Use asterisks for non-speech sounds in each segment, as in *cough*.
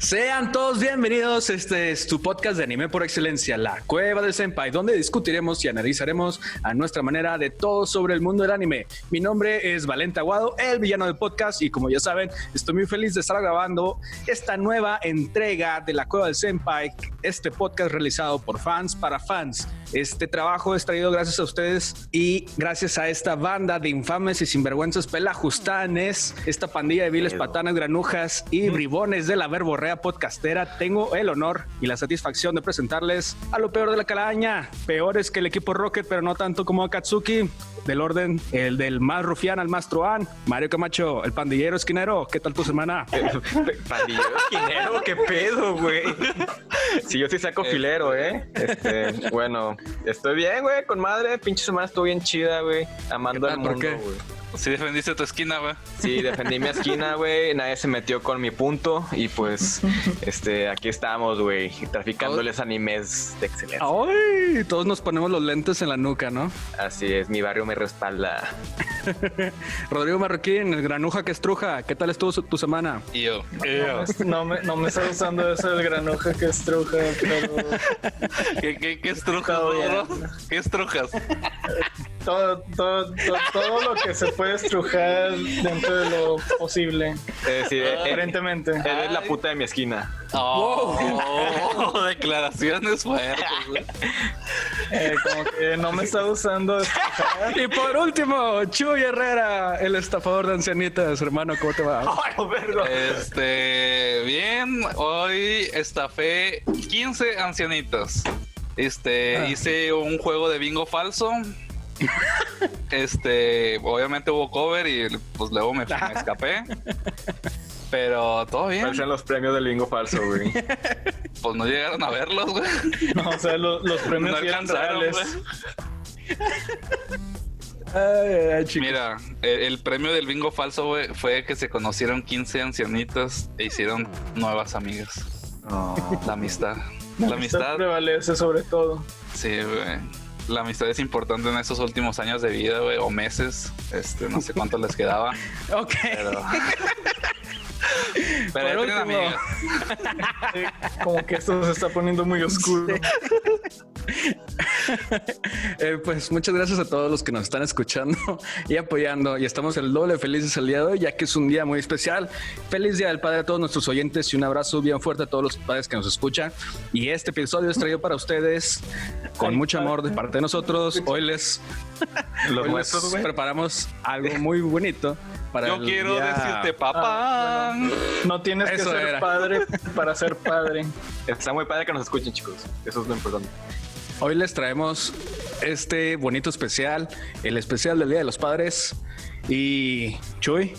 Sean todos bienvenidos. Este es tu podcast de anime por excelencia, La Cueva del Senpai, donde discutiremos y analizaremos a nuestra manera de todo sobre el mundo del anime. Mi nombre es Valente Aguado, el villano del podcast, y como ya saben, estoy muy feliz de estar grabando esta nueva entrega de La Cueva del Senpai, este podcast realizado por fans para fans. Este trabajo es traído gracias a ustedes y gracias a esta banda de infames y sinvergüenzas pelajustanes, esta pandilla de viles Pero. patanas, granujas y bribones de la verborrea podcastera, tengo el honor y la satisfacción de presentarles a lo peor de la calaña, peores que el equipo Rocket, pero no tanto como Akatsuki, del orden, el del más rufián al más truán, Mario Camacho, el pandillero esquinero, ¿qué tal tu semana? Pandillero esquinero, qué pedo, güey. Sí, yo sí saco filero, eh. Este, bueno, estoy bien, güey, con madre. Pinche semana estuvo bien chida, güey. Amando ¿Qué al tal? ¿Por mundo, qué? güey. Si defendiste tu esquina, va. Sí, defendí mi esquina, güey. Nadie se metió con mi punto. Y pues, este, aquí estamos, güey. Oh. Traficándoles animes de excelencia. ¡Ay! Todos nos ponemos los lentes en la nuca, ¿no? Así es, mi barrio me respalda. Rodrigo Marroquín, el granuja que estruja, ¿qué tal estuvo su- tu semana? Y yo. No me, no me está gustando eso del granuja que es truja, pero ¿Qué, qué, qué estrujas, Todo bien. bro? ¿Qué estrujas? todo, todo, todo, todo lo que se puede estrujar dentro de lo Eh, posible, Es decir, Ah. eres, aparentemente. eres eh, la puta de mi esquina. *laughs* Oh, *laughs* declaraciones fuertes, güey. Eh, como que no me está gustando estrujar. Y por último, Chuy Herrera, el estafador de ancianitas, hermano, ¿cómo te va? Eh, Este, bien, hoy estafé 15 ancianitas. Este, hice un juego de bingo falso. Este, obviamente hubo cover y pues luego me, me escapé. Pero todo bien, ¿Cuáles son los premios del bingo falso, *laughs* güey? pues no llegaron a verlos, güey. No, o sea, lo- los premios No sí eran alcanzaron, reales. güey. Ay, ay, chicos. Mira, el, el premio del bingo falso güey, fue que se conocieron 15 ancianitas e hicieron nuevas amigas. La amistad. La amistad, prevalece sobre todo. sí, güey. La amistad es importante en estos últimos años de vida, güey, o meses. Este, no sé cuánto les *laughs* quedaba. Ok. Pero. Pero ya Por tienen último. amigas. Sí, Como que esto se está poniendo muy oscuro. Eh, pues muchas gracias a todos los que nos están escuchando *laughs* y apoyando. Y estamos el doble felices el día de hoy, ya que es un día muy especial. Feliz Día del Padre a todos nuestros oyentes y un abrazo bien fuerte a todos los padres que nos escuchan. Y este episodio es traído para ustedes con mucho amor de parte de nosotros. Hoy les, Los hoy les nuestros, güey. preparamos algo muy bonito para Yo el quiero día- decirte, papá. Ah, No tienes que Eso ser era. padre para ser padre. Está muy padre que nos escuchen, chicos. Eso es lo *laughs* importante. Hoy les traemos este bonito especial, el especial del Día de los Padres. Y Chuy,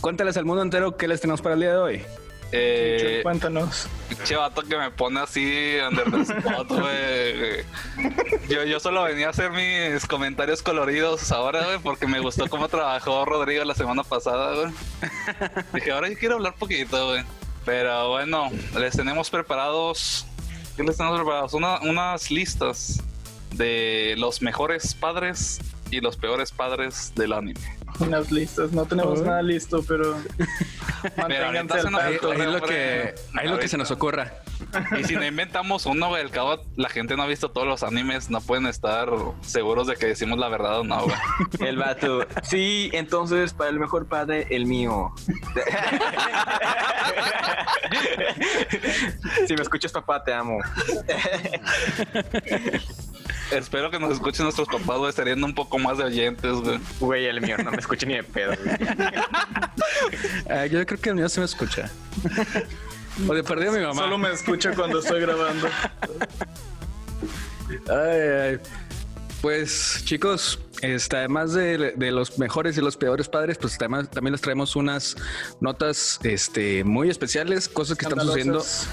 cuéntales al mundo entero qué les tenemos para el día de hoy. Eh, Cuéntanos. Pinche vato que me pone así under the spot, güey. Yo, yo solo venía a hacer mis comentarios coloridos ahora, güey, porque me gustó cómo trabajó Rodrigo la semana pasada, güey. Dije, ahora yo quiero hablar poquito, güey. Pero bueno, les tenemos preparados. ¿Qué les tenemos preparados? Una- unas listas de los mejores padres y los peores padres del anime. unas listas. No tenemos Oh. nada listo, pero ahorita manténganse se al nos- Ahí, tanto. ahí lo, hombre, que, ahí lo que se nos ocurra. Y si no inventamos uno, güey, al cabo la gente no ha visto todos los animes, no pueden estar seguros de que decimos la verdad o no, *laughs* güey. El vato. Sí, entonces para el mejor padre, el *laughs* mío. si me escuchas, papá, te amo. Espero que nos escuchen nuestros papás, güey, estarían un poco más de oyentes, güey. Güey, el mío, no me escucha ni de pedo. güey. Eh, yo creo que el mío se me escucha. O de perdido mi mamá. Solo me escucho cuando estoy grabando. Ay, ay. Pues chicos, este, además de, de los mejores y los peores padres, pues además, también les traemos unas notas este, muy especiales, cosas que están sucediendo Escandalosas.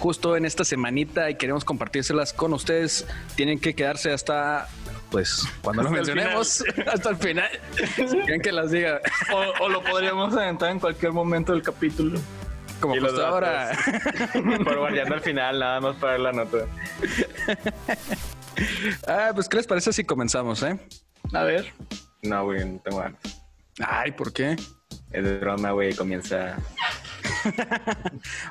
justo en esta semanita y queremos compartírselas con ustedes. Tienen que quedarse hasta, pues, cuando lo Hasta el mencionemos, *laughs* hasta el final. Si quieren que las diga, *laughs* O, o lo podríamos adentrar en cualquier momento del capítulo. como Y los justo datos. ahora. Por guardando al final, nada más para la nota. Ah, pues, ¿qué les parece si comenzamos, eh? A ver, No, güey, no tengo ganas. Ay, ¿por qué? Es broma, güey, comienza.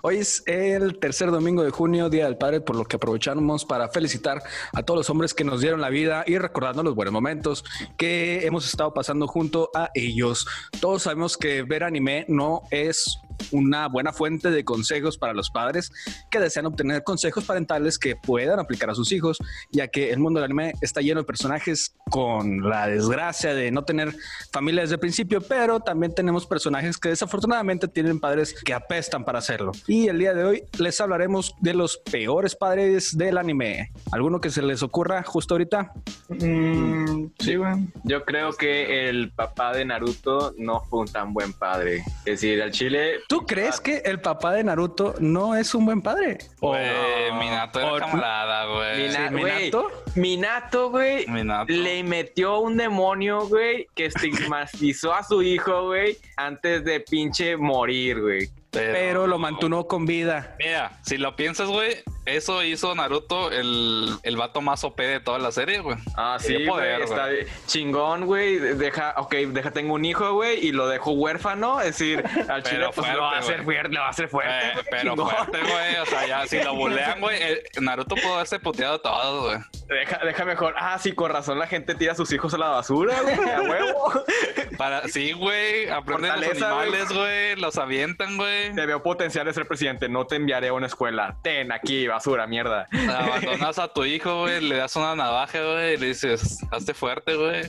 Hoy es el tercer domingo de junio, Día del Padre, por lo que aprovechamos para felicitar a todos los hombres que nos dieron la vida y recordando los buenos momentos que hemos estado pasando junto a ellos. Todos sabemos que ver anime no es una buena fuente de consejos para los padres que desean obtener consejos parentales que puedan aplicar a sus hijos, ya que el mundo del anime está lleno de personajes con la desgracia de no tener familia desde el principio, pero también tenemos personajes que desafortunadamente tienen padres que apestan para hacerlo. Y el día de hoy les hablaremos de los peores padres del anime. ¿Alguno que se les ocurra justo ahorita? Mm, sí, güey. Yo creo que el papá de Naruto no fue un tan buen padre. Es decir, al chile. ¿Tú crees que el papá de Naruto no es un buen padre? O- Güey, Minato o- era camarada, güey. Mina- Sí, Oh, güey, Minato. Minato, güey, Minato. le metió un demonio, güey, que estigmatizó a su hijo, güey, antes de pinche morir, güey. Pero lo mantuvo con vida. Mira, si lo piensas, güey, eso hizo Naruto el, el vato más OP de toda la serie, güey. Ah, Qué sí, poder, güey, está güey. bien. chingón, güey. Deja, ok, deja, tengo un hijo, güey, y lo dejo huérfano. Es decir, al chile, pues fuerte, lo va a hacer güey. fuerte, lo va a hacer fuerte. Eh, güey, pero chingón. fuerte, güey. O sea, ya si lo bulean, güey, eh, Naruto pudo haberse puteado a todos, güey. Deja, deja mejor. Ah, sí, con razón la gente tira a sus hijos a la basura, güey, *laughs* a huevo. Para, sí, güey, aprenden los Fortaleza, güey. animales, güey, los avientan, güey. Te veo potencial de ser presidente. No te enviaré a una escuela. Ten aquí, basura, mierda. Abandonas a tu hijo, güey, le das una navaja, güey, y le dices, hazte fuerte, güey.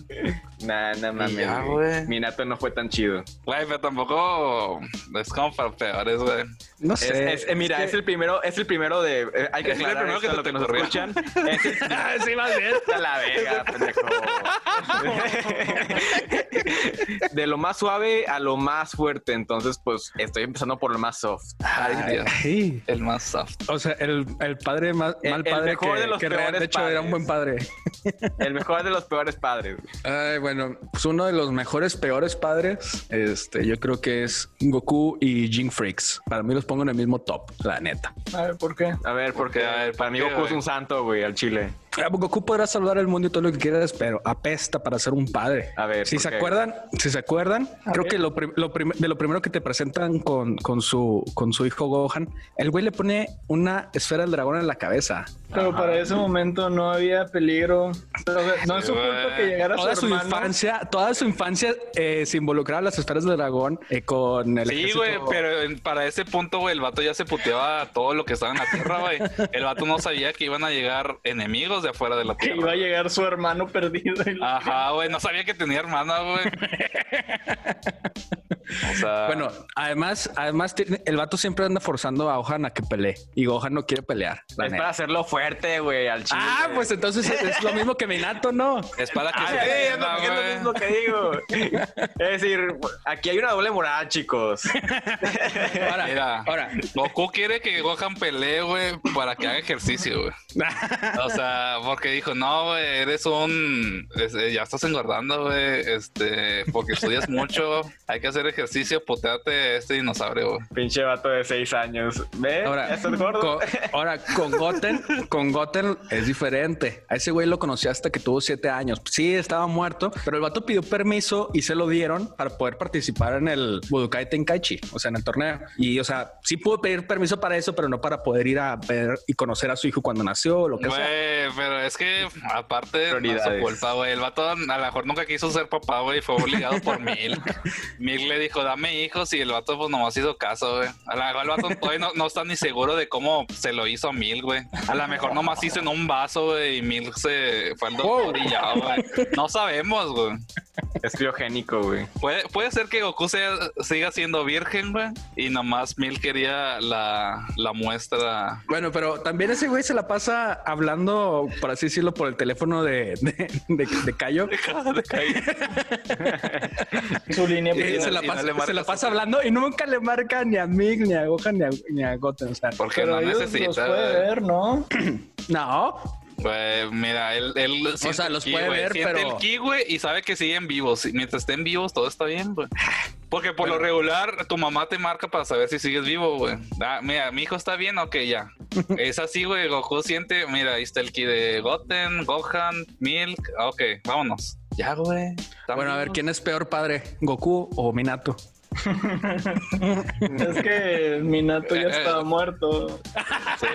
Nah, nah, mames. ya, güey. güey. Minato no fue tan chido. Güey, pero tampoco es como para peores, güey. No Es- sé. es- eh, mira, que- es el primero, es el primero de. eh, hay que Es el aclarar primero esto que a se lo te que nos ocurrió. escuchan. Es el- sí, más bien. Vete a la verga, pendejo. De lo más suave a lo más fuerte. Entonces, pues estoy empezando por lo más soft. Ay, Dios. Ay. El más soft. O sea, el, el padre ma- El- mal el padre mejor que, de los que real- de peores hecho era un padres. buen padre. El mejor de los peores padres. Ay, bueno, pues uno de los mejores, peores padres, este, yo creo que es Goku y Jin Freaks. Para mí los pongo en el mismo top, la neta. A ver, ¿por qué? A ver, porque Ok, a ver, para mí ¿por qué, Goku es güey? un santo, güey, al chile. Ah, Goku podrá salvar el mundo y todo lo que quieras, pero apesta para ser un padre. A ver, si ¿por se qué? acuerdan, si se acuerdan, creo ver. que lo, prim- lo prim- de lo primero que te presentan con, con su con su hijo Gohan, el güey le pone una esfera del dragón en la cabeza. Pero Ajá. para ese momento no había peligro. Pero, o sea, no es su culpa que llegara Toda su, su hermano. infancia, toda su infancia eh, se involucraba en las esferas del dragón eh, con el Sí, ejército. güey, pero en- para ese punto, güey, el vato ya se puteaba a todo lo que estaba en la tierra, güey. El vato no sabía que iban a llegar enemigos de afuera de la Que tierra. iba a llegar su hermano perdido. y- Ajá, güey, no sabía que tenía hermana, güey. O sea, Bueno, además, además tiene- el vato siempre anda forzando a Gohan a que pelee y Gohan no quiere pelear. la es neta. para hacerlo fuerte, güey, al chile. Ah, pues entonces es- es lo mismo que Minato, ¿no? *laughs* es para que Ah, se sí, es entienda, lo, es lo güey. mismo que digo. Es decir, aquí hay una doble moral, chicos. Ahora, Mira. ahora. Goku quiere que Gohan pelee, güey, para que haga ejercicio, güey. O sea, porque dijo, no, güey, eres un... es- eh, ya estás engordando, güey, este, porque estudias mucho, hay que hacer ejercicio, puteate este dinosaurio, güey. Pinche vato de seis años. ¿Ve? Ahora, *laughs* ¿Estás gordo? con, ahora, con Goten, con Goten es diferente. A ese güey lo conocí hasta que tuvo siete años. Sí, estaba muerto, pero el vato pidió permiso y se lo dieron para poder participar en el Budokai Tenkaichi, o sea, en el torneo. Y, o sea, sí pudo pedir permiso para eso, pero no para poder ir a ver y conocer a su hijo cuando nació o lo que sea. Güey, pero es que aparte no es su Prioridades. culpa, güey. El vato a lo mejor nunca quiso ser papá, güey, y fue obligado por Mil. *laughs* Mil le dijo, dame hijos, y el vato pues nomás hizo caso, güey. A lo mejor el vato todavía no, no está ni seguro de cómo se lo hizo a Mil, güey. A lo mejor nomás hizo en un vaso, güey, y Mil se fue al doctor y ya, güey. No sabemos, güey. Es criogénico, güey. Puede, puede ser que Goku sea- siga siendo virgen, güey, y nomás Mil quería la, la muestra Bueno, pero también ese güey se la pasa hablando, por así decirlo, por el teléfono de, de, de, de Cayo. Ah, Su línea Y Eh, privada. se la Y no pasa, le marca se la su- pasa hablando y nunca le marca ni a Mig, ni a Gohan, ni a, ni a Goten. O sea, Porque Pero no ellos los necesita. puede güey. ver, *laughs* ¿no? no. Güey, Pues, mira, él, él siente sea, el los ki, puede güey. ver, Siente pero- el ki, güey, y sabe que siguen vivos. Y Mientras estén vivos, todo está bien, güey. Porque por lo regular, tu mamá te marca para saber si sigues vivo, güey. Ah, mira, mi hijo está bien, ok, *laughs* ya. Es así, güey. Goku siente, mira, ahí está el ki de Goten, Gohan, Milk. Ah, Ok, vámonos. Ya, güey. Están Bueno, a ver, vivos. ¿quién es peor padre? ¿Goku o Minato? Es que Minato ya estaba muerto. Sí.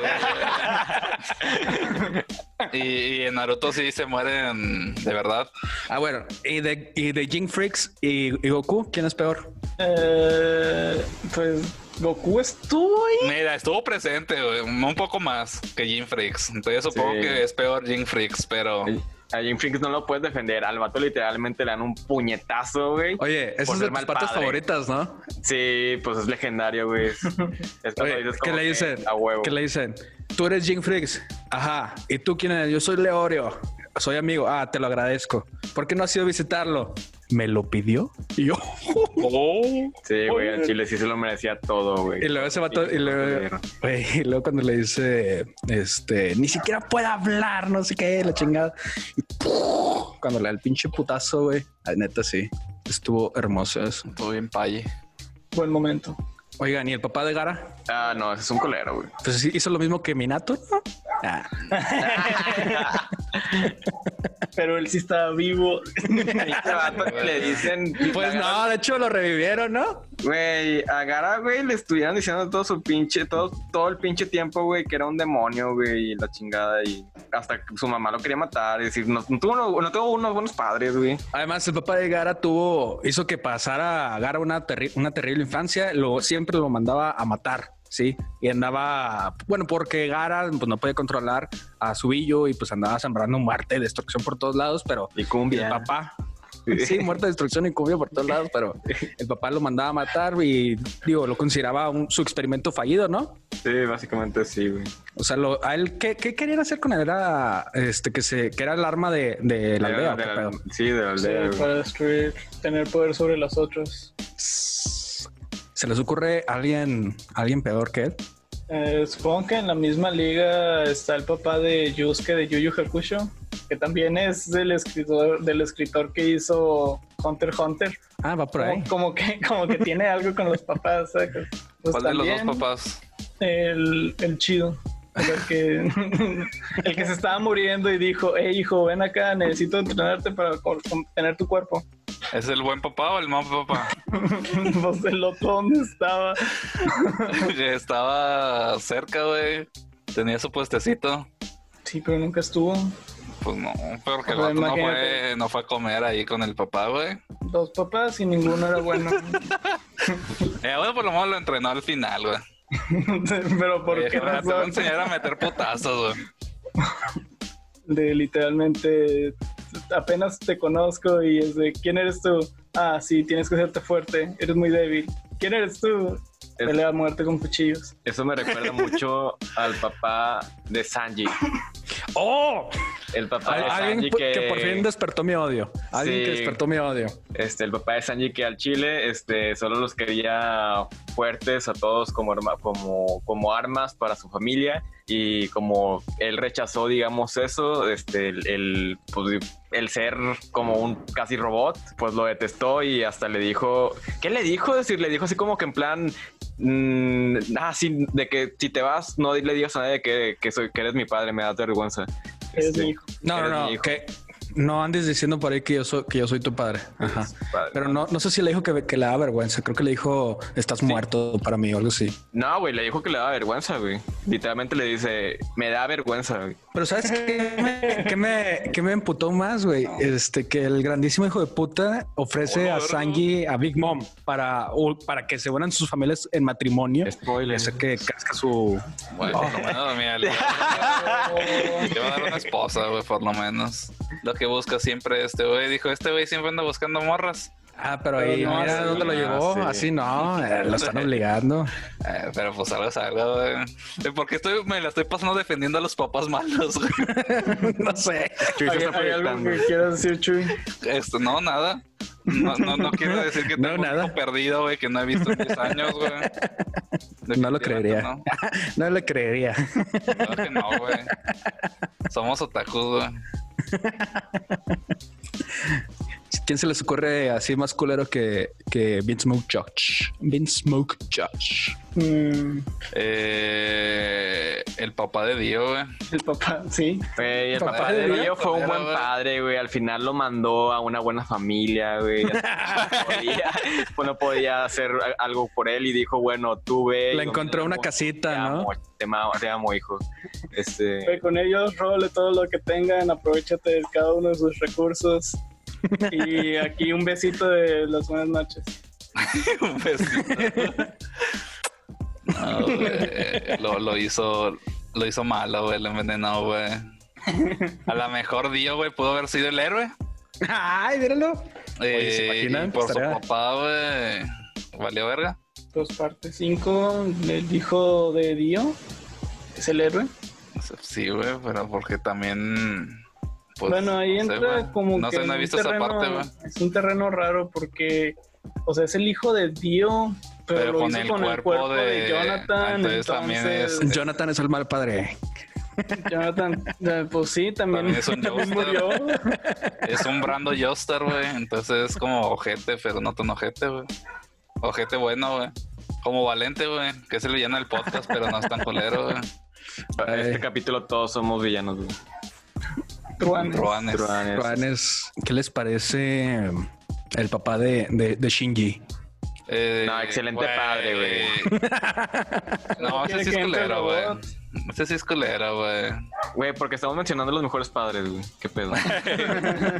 *laughs* y, y en Naruto sí se mueren de verdad. Ah, bueno. ¿Y de, y de Jing Freaks y, y Goku? ¿Quién es peor? Eh, pues Goku estuvo ahí. Mira, estuvo presente güey, un poco más que Jim Freaks. Entonces supongo Sí. que es peor Jim Freaks, pero A Jim Freaks no lo puedes defender. Al vato literalmente le dan un puñetazo, güey. Oye, esa Por es ser de tus mal partes padre. favoritas, ¿no? Sí, pues es legendario, güey. Es, es cuando Oye, dices ¿Qué como le que, dicen? A huevo. ¿Qué le dicen? Tú eres Jing Freaks. Ajá. ¿Y tú quién eres? Yo soy Leorio. Soy amigo. Ah, te lo agradezco. ¿Por qué no has ido a visitarlo? ¿Me lo pidió? Y yo. *laughs* Sí, güey, al Chile sí se lo merecía todo, güey. Y luego ese vato, y luego, güey, y luego cuando le dice, este, ni siquiera puede hablar, no sé qué, la chingada. Y ¡puf! cuando le da el pinche putazo, güey, la neta sí, estuvo hermoso eso. todo bien paye. Buen momento. Oigan, ¿y el papá de Gara? Ah, no, ese es un *laughs* colero, güey. Pues sí, hizo lo mismo que Minato, ¿no? Ah, Pero él sí estaba vivo. Ese vato que le dicen. pues no, de hecho lo revivieron, ¿no? Güey, a Gara, güey, le estuvieron diciendo todo su pinche, todo, todo el pinche tiempo, güey, que era un demonio, güey, y la chingada, y hasta que su mamá lo quería matar, y decir, no, no tuvo uno- no tengo unos buenos padres, güey. Además, el papá de Gara tuvo, hizo que pasara a Gara una, terri- una terrible infancia, lo, siempre lo mandaba a matar, ¿sí? Y andaba, bueno, porque Gara pues, no podía controlar a su billo y pues andaba sembrando muerte, destrucción por todos lados, pero Y el cumbia. papá, Sí. sí, muerte, destrucción y cumbia por todos lados, pero el papá lo mandaba a matar y, digo, lo consideraba un, su experimento fallido, ¿no? Sí, básicamente sí, güey. O sea, lo, a él, ¿qué, qué querían hacer con él? Era, este, que, se, que era el arma de, de la aldea. ¿o De qué la- pedo? sí, de la Sí, aldea, güey. para destruir, tener poder sobre las otras. ¿Se les ocurre alguien, alguien peor que él? Eh, supongo que en la misma liga está el papá de Yusuke de Yuyu Hakusho, que también es del escritor, del escritor que hizo Hunter x Hunter. Ah, va por ahí. Como, como que, *laughs* como que tiene algo con los papás. ¿sacas? Pues ¿Cuál de los dos también papás? El, el chido. El que, *laughs* el que se estaba muriendo y dijo, hey hijo, ven acá, necesito entrenarte para co- com- tener tu cuerpo. *laughs* ¿Es el buen papá o el mal papá? *laughs* Pues el otro donde estaba. Que Estaba cerca, güey. Tenía su puestecito. Sí, pero nunca estuvo. Pues no, porque el O sea, vato no fue, imagínate. no fue a comer ahí con el papá, güey. Dos papás y ninguno *laughs* era bueno. Eh, bueno, por lo menos lo entrenó al final, güey. pero ¿por Eh, *laughs* te qué voy a- te voy a razón? enseñar a meter putazos, güey. de literalmente apenas te conozco y es de quién eres tú. Ah, sí, tienes que hacerte fuerte, eres muy débil. ¿Quién eres tú? Es- Pelea a muerte con cuchillos. Eso me recuerda mucho al papá de Sanji. ¡Oh! El papá Al- de alguien Sanji pu- que... por fin despertó mi odio. Alguien que Sí. despertó mi odio. este, el papá de Sanji que al Chile este, solo los quería fuertes a todos como, arma- como, como armas para su familia y como él rechazó, digamos, eso, este, el, el, pues, el ser como un casi robot, pues lo detestó y hasta le dijo, ¿qué le dijo? Es decir, le dijo así como que en plan... mm, ah, sí, de que si te vas, no le digas a nadie que, que soy, que eres mi padre, me da vergüenza. Eres Este, mi hijo. No, Eres no, mi no. hijo. Que no andes diciendo por ahí que yo soy, que yo soy tu padre. Ajá. padre. Pero no, no sé si le dijo que, que le da vergüenza. Creo que le dijo, estás muerto para mí o algo así. No, güey, le dijo que le daba vergüenza, güey. Literalmente le dice, me da vergüenza, güey. Pero ¿sabes qué me, qué me, qué me emputó más, güey? Este, que el grandísimo hijo de puta ofrece Hola, a verga. Sanji, a Big Mom, para, o- para que se unan sus familias en matrimonio. Spoiler. Eso que casca su... Güey, por lo menos, mira, le le va a dar una esposa, güey, por lo menos. Lo que busca siempre este güey. Dijo, este güey siempre anda buscando morras. Ah, pero Pero ahí, no, mira así dónde lo no, llevó. sí. Así *laughs* no, eh, lo están obligando. Eh, pero pues algo es algo, güey. Eh, ¿Por qué estoy, me la estoy pasando defendiendo a los papás malos, güey? *laughs* no sé. Chuy se ¿Hay, está hay algo proyectando. que quieras decir, Chuy? Este, no, nada. No, no, no quiero decir que No, tengo nada. un hijo perdido, güey, que no he visto en 10 años, güey. No lo Definitivamente creería. No, No le creería. Claro que no, güey. Somos otakus, güey. ¿Quién se les ocurre así más culero que, que Vince Smoke Judge? Vince Smoke Judge. Mm, Eh, el papá de Dio, güey. el papá, sí. Güey, el Papá papá de de Dios, Dio fue un culero, buen güey. padre, güey. Al final lo mandó a una buena familia, güey. Ya No podía, *laughs* pues no podía hacer a- algo por él y dijo, bueno, tú ve. Le y encontró una te casita, ¿no? amo, Te amo, te amo, hijo. Este, Ve con ellos, role todo lo que tengan, aprovechate de cada uno de *laughs* sus recursos. Y aquí un besito de las buenas noches. Un besito. *laughs* No, güey. Lo, lo hizo. Lo hizo malo, güey. Lo envenenó, güey. A lo mejor Dio, güey, pudo haber sido el héroe. *laughs* Ay, míralo. Oye, ¿se Eh, imaginan? y por su Estaría- papá, güey. Valió verga. Dos partes. Cinco, el hijo de Dio es el héroe. Sí, güey, pero porque también. pues, bueno, ahí no sé, entra güey. como No que sé, no he en un visto esa terreno- parte, güey. Es un terreno raro porque, o sea, es el hijo de Dio, pero, Pero lo con hizo el con el cuerpo cuerpo de, de- entonces Jonathan. Entonces, también es- Jonathan es el mal padre. Jonathan, eh, pues sí, también, También es un también Joestar. murió. Es un Brando Joestar, güey. Entonces es como ojete, pero no tan ojete, güey. Ojete bueno, güey. Como Valente, güey, que se le llena el podcast, pero no es tan culero, güey. este capítulo todos somos villanos, güey. Truanes. Truanes. Truanes. Juanes, ¿qué les parece el papá de, de, de Shinji? Eh, No, excelente padre, güey. No, ese Quiere sí es que entre culero, güey. robot. Ese sí es culero, güey. Güey, porque estamos mencionando los mejores padres, güey. Qué pedo. *laughs*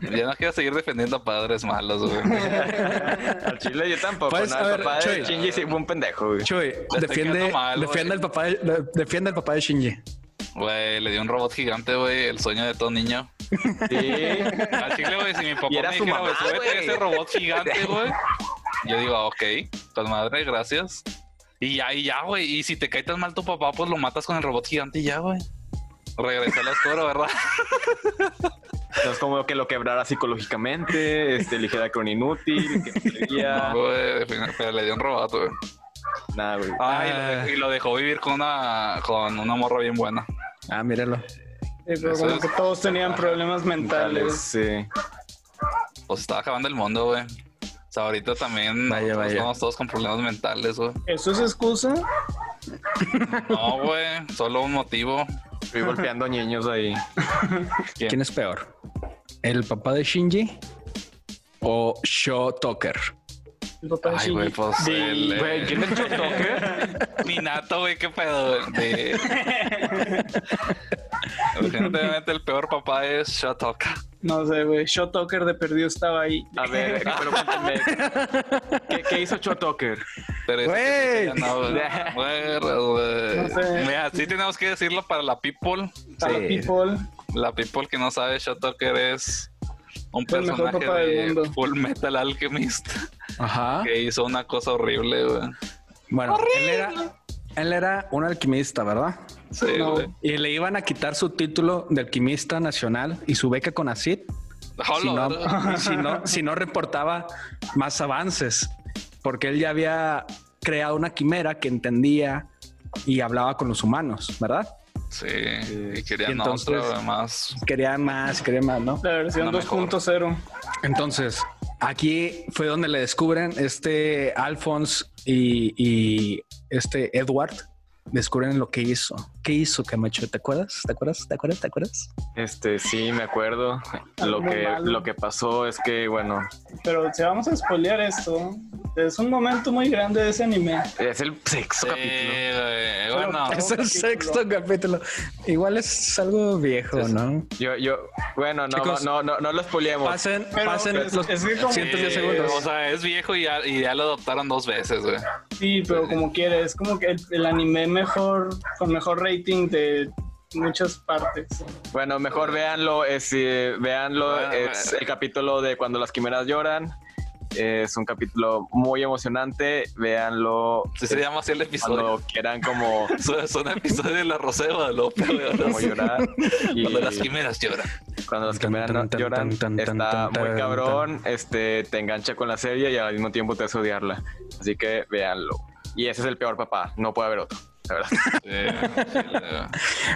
Ya no quiero seguir defendiendo a padres malos, güey. Al chile yo tampoco. Pues, no, a el ver, papá de Chuy. Shinji sí fue un pendejo, güey. Chuy, estoy defiende, quedando mal, güey. defiende, el papá de, de- defiende el papá de Shinji. Güey, le dio un robot gigante, güey, el sueño de todo niño. Sí. Al chile, güey, si mi papá Y era me su dijera, güey, mamá, súbete a güey. ese robot *laughs* gigante, güey. Yo digo, ah, ok, con madre, gracias. Y ya, y ya, güey. Y si te cae tan mal tu papá, pues lo matas con el robot gigante y ya, güey. Regresé al *laughs* oscuro, ¿verdad? Entonces, como que lo quebrara psicológicamente, este, ligera con inútil, que no servía. No, güey, fin- pero le dio un robot, güey. Nada, güey. Ah, y lo dejó- y lo dejó vivir con una, con una morra bien buena. Ah, míralo. Sí, pero como Eso que es- todos tenían problemas Mentales, mentales. sí. Pues estaba acabando el mundo, güey. O sea, ahorita también Vaya, nosotros vaya. estamos todos con problemas mentales, güey. ¿Eso es excusa? No, güey, solo un motivo. Estoy golpeando niños ahí. Bien. ¿Quién es peor? ¿El papá de Shinji o Show Tucker? El papá de Ay, Shinji. güey, pues De- el, eh, Güey, ¿quién es *laughs* Minato, güey, qué pedo. güey. De... *laughs* Urgentemente el peor papá es Shotoka. No sé, güey. Shotoker de perdido estaba ahí. A ver, *laughs* pero *laughs* cuéntame. ¿Qué, qué hizo Chotoker? Pero eso Güey. que sí, ya no, güey. Güey, No sé. Mira, sí tenemos que decirlo para la people. Para Sí. people. La people que no sabe, Shotoker es un El mejor personaje papá del de mundo. Full Metal Alchemist Ajá. que hizo una cosa horrible, güey. Bueno, él era, él era un alquimista, ¿verdad? Sí, No. güey. Y le iban a quitar su título de alquimista nacional y su beca con ACID si, *laughs* Hola, güey. no, si, no, si no reportaba más avances, porque él ya había creado una quimera que entendía y hablaba con los humanos, ¿verdad? Sí, y Y querían entonces- otra, güey, más. Quería más, quería más, ¿no? La versión La mejor. 2.0. Entonces, aquí fue donde le descubren este Alphonse y, y este Edward. Descubren lo que hizo. ¿Qué hizo Camacho? ¿Te acuerdas? ¿Te acuerdas? ¿Te acuerdas? ¿Te acuerdas? Este, sí, me acuerdo. Lo Algo que, malo. lo que pasó es que, bueno, Pero si vamos a spoilear esto, es un momento muy grande de ese anime. es el sexto Sí, capítulo. güey, bueno, Pero- es el sexto capítulo. Igual es algo viejo, ¿no? Yo, yo, bueno, no, Chicos, no, no, no los poliemos. Pasen, Pero pasen es, los. es que como, siento- 110 segundos. O sea, es viejo y ya, y ya lo adoptaron dos veces, güey. sí, pero como quiera, es como que el, el anime mejor, con mejor rating de muchas partes. Bueno, mejor véanlo, es, eh, véanlo, Bueno, es bueno. el capítulo de Cuando las quimeras lloran. Es un capítulo muy emocionante, véanlo Sí, se llama así el episodio. cuando quieran *laughs* como, *laughs* Son, son episodios de la Rosa de Guadalupe, güey. como llorar. Y Cuando las quimeras lloran. cuando las Tan, quimeras tan, tan, lloran, tan, tan, está tan, muy tan, cabrón, este, te engancha con la serie y al mismo tiempo te hace odiarla. Así que véanlo. Y ese es el peor papá, no puede haber otro. la verdad.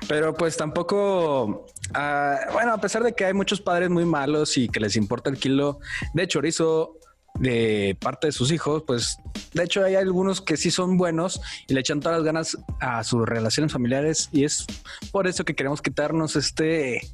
Pero pues tampoco, ah, bueno, a pesar de que hay muchos padres muy malos y que les importa el kilo de chorizo de parte de sus hijos, pues de hecho hay algunos que sí son buenos y le echan todas las ganas a sus relaciones familiares y es por eso que queremos quitarnos este,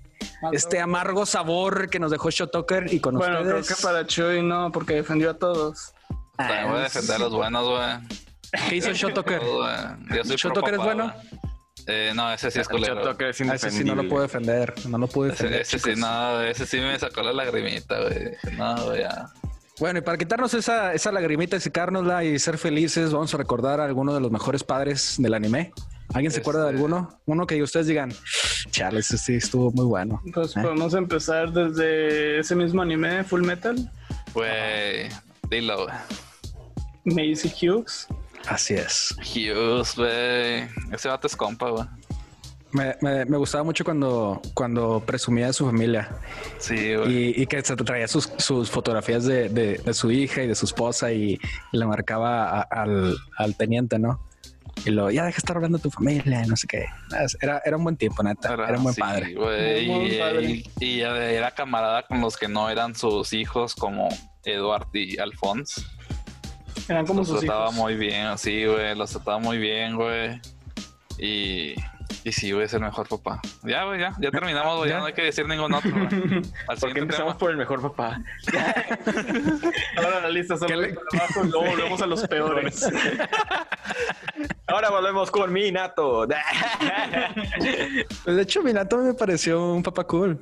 este amargo sabor que nos dejó Shotoker y con Bueno, ustedes. creo que para Chuy no, porque defendió a todos. También voy a defender a los buenos, güey. ¿Qué hizo *laughs* Shotoker? Todo, güey. Yo soy ¿Shoto pro que eres papá, bueno? güey. Eh, no, ese sí es Yo culero. creo que es Ah, Ese sí no lo indefendible. puedo defender, no lo puedo Ese, defender. ese sí, chicos. no, ese sí me sacó la lagrimita, güey. Dije, No, güey, ya. Bueno, y para quitarnos esa, esa lagrimita y secárnosla y ser felices, vamos a recordar a alguno de los mejores padres del anime. ¿Alguien se acuerda de Este- alguno? Uno que ustedes digan, Charles, ese sí estuvo muy bueno. Pues ¿Eh? podemos empezar desde ese mismo anime, Full Metal, Güey, dilo, güey. Macy Hughes. Así es. Hughes, güey. Ese vato es compa, güey. Me, me- me gustaba mucho cuando, cuando presumía de su familia Sí, güey. y, y que se traía sus, sus fotografías de, de- de su hija y de su esposa y, le marcaba a- al, al teniente, ¿no? Y lo, ya deja de estar hablando de tu familia, y no sé qué. Era, era un buen tiempo, neta. Era, un buen sí, padre. güey, Muy buen y- padre. Y, y era camarada con los que no eran sus hijos, como Edward y Alphonse. Eran como los sus trataba hijos. muy bien, sí, güey. Los trataba muy bien, güey. Y, y sí, güey, es el mejor papá. Ya, güey, ya. Ya terminamos, güey. Ya ¿Ya? no hay que decir ningún otro, *laughs* güey. Al ¿Por qué siguiente empezamos tema. por el mejor papá? Ahora la lista son ¿Qué los le- de abajo, luego volvemos a los peores. Ahora volvemos con mi nato. Pues, De hecho, Minato me pareció un papá cool.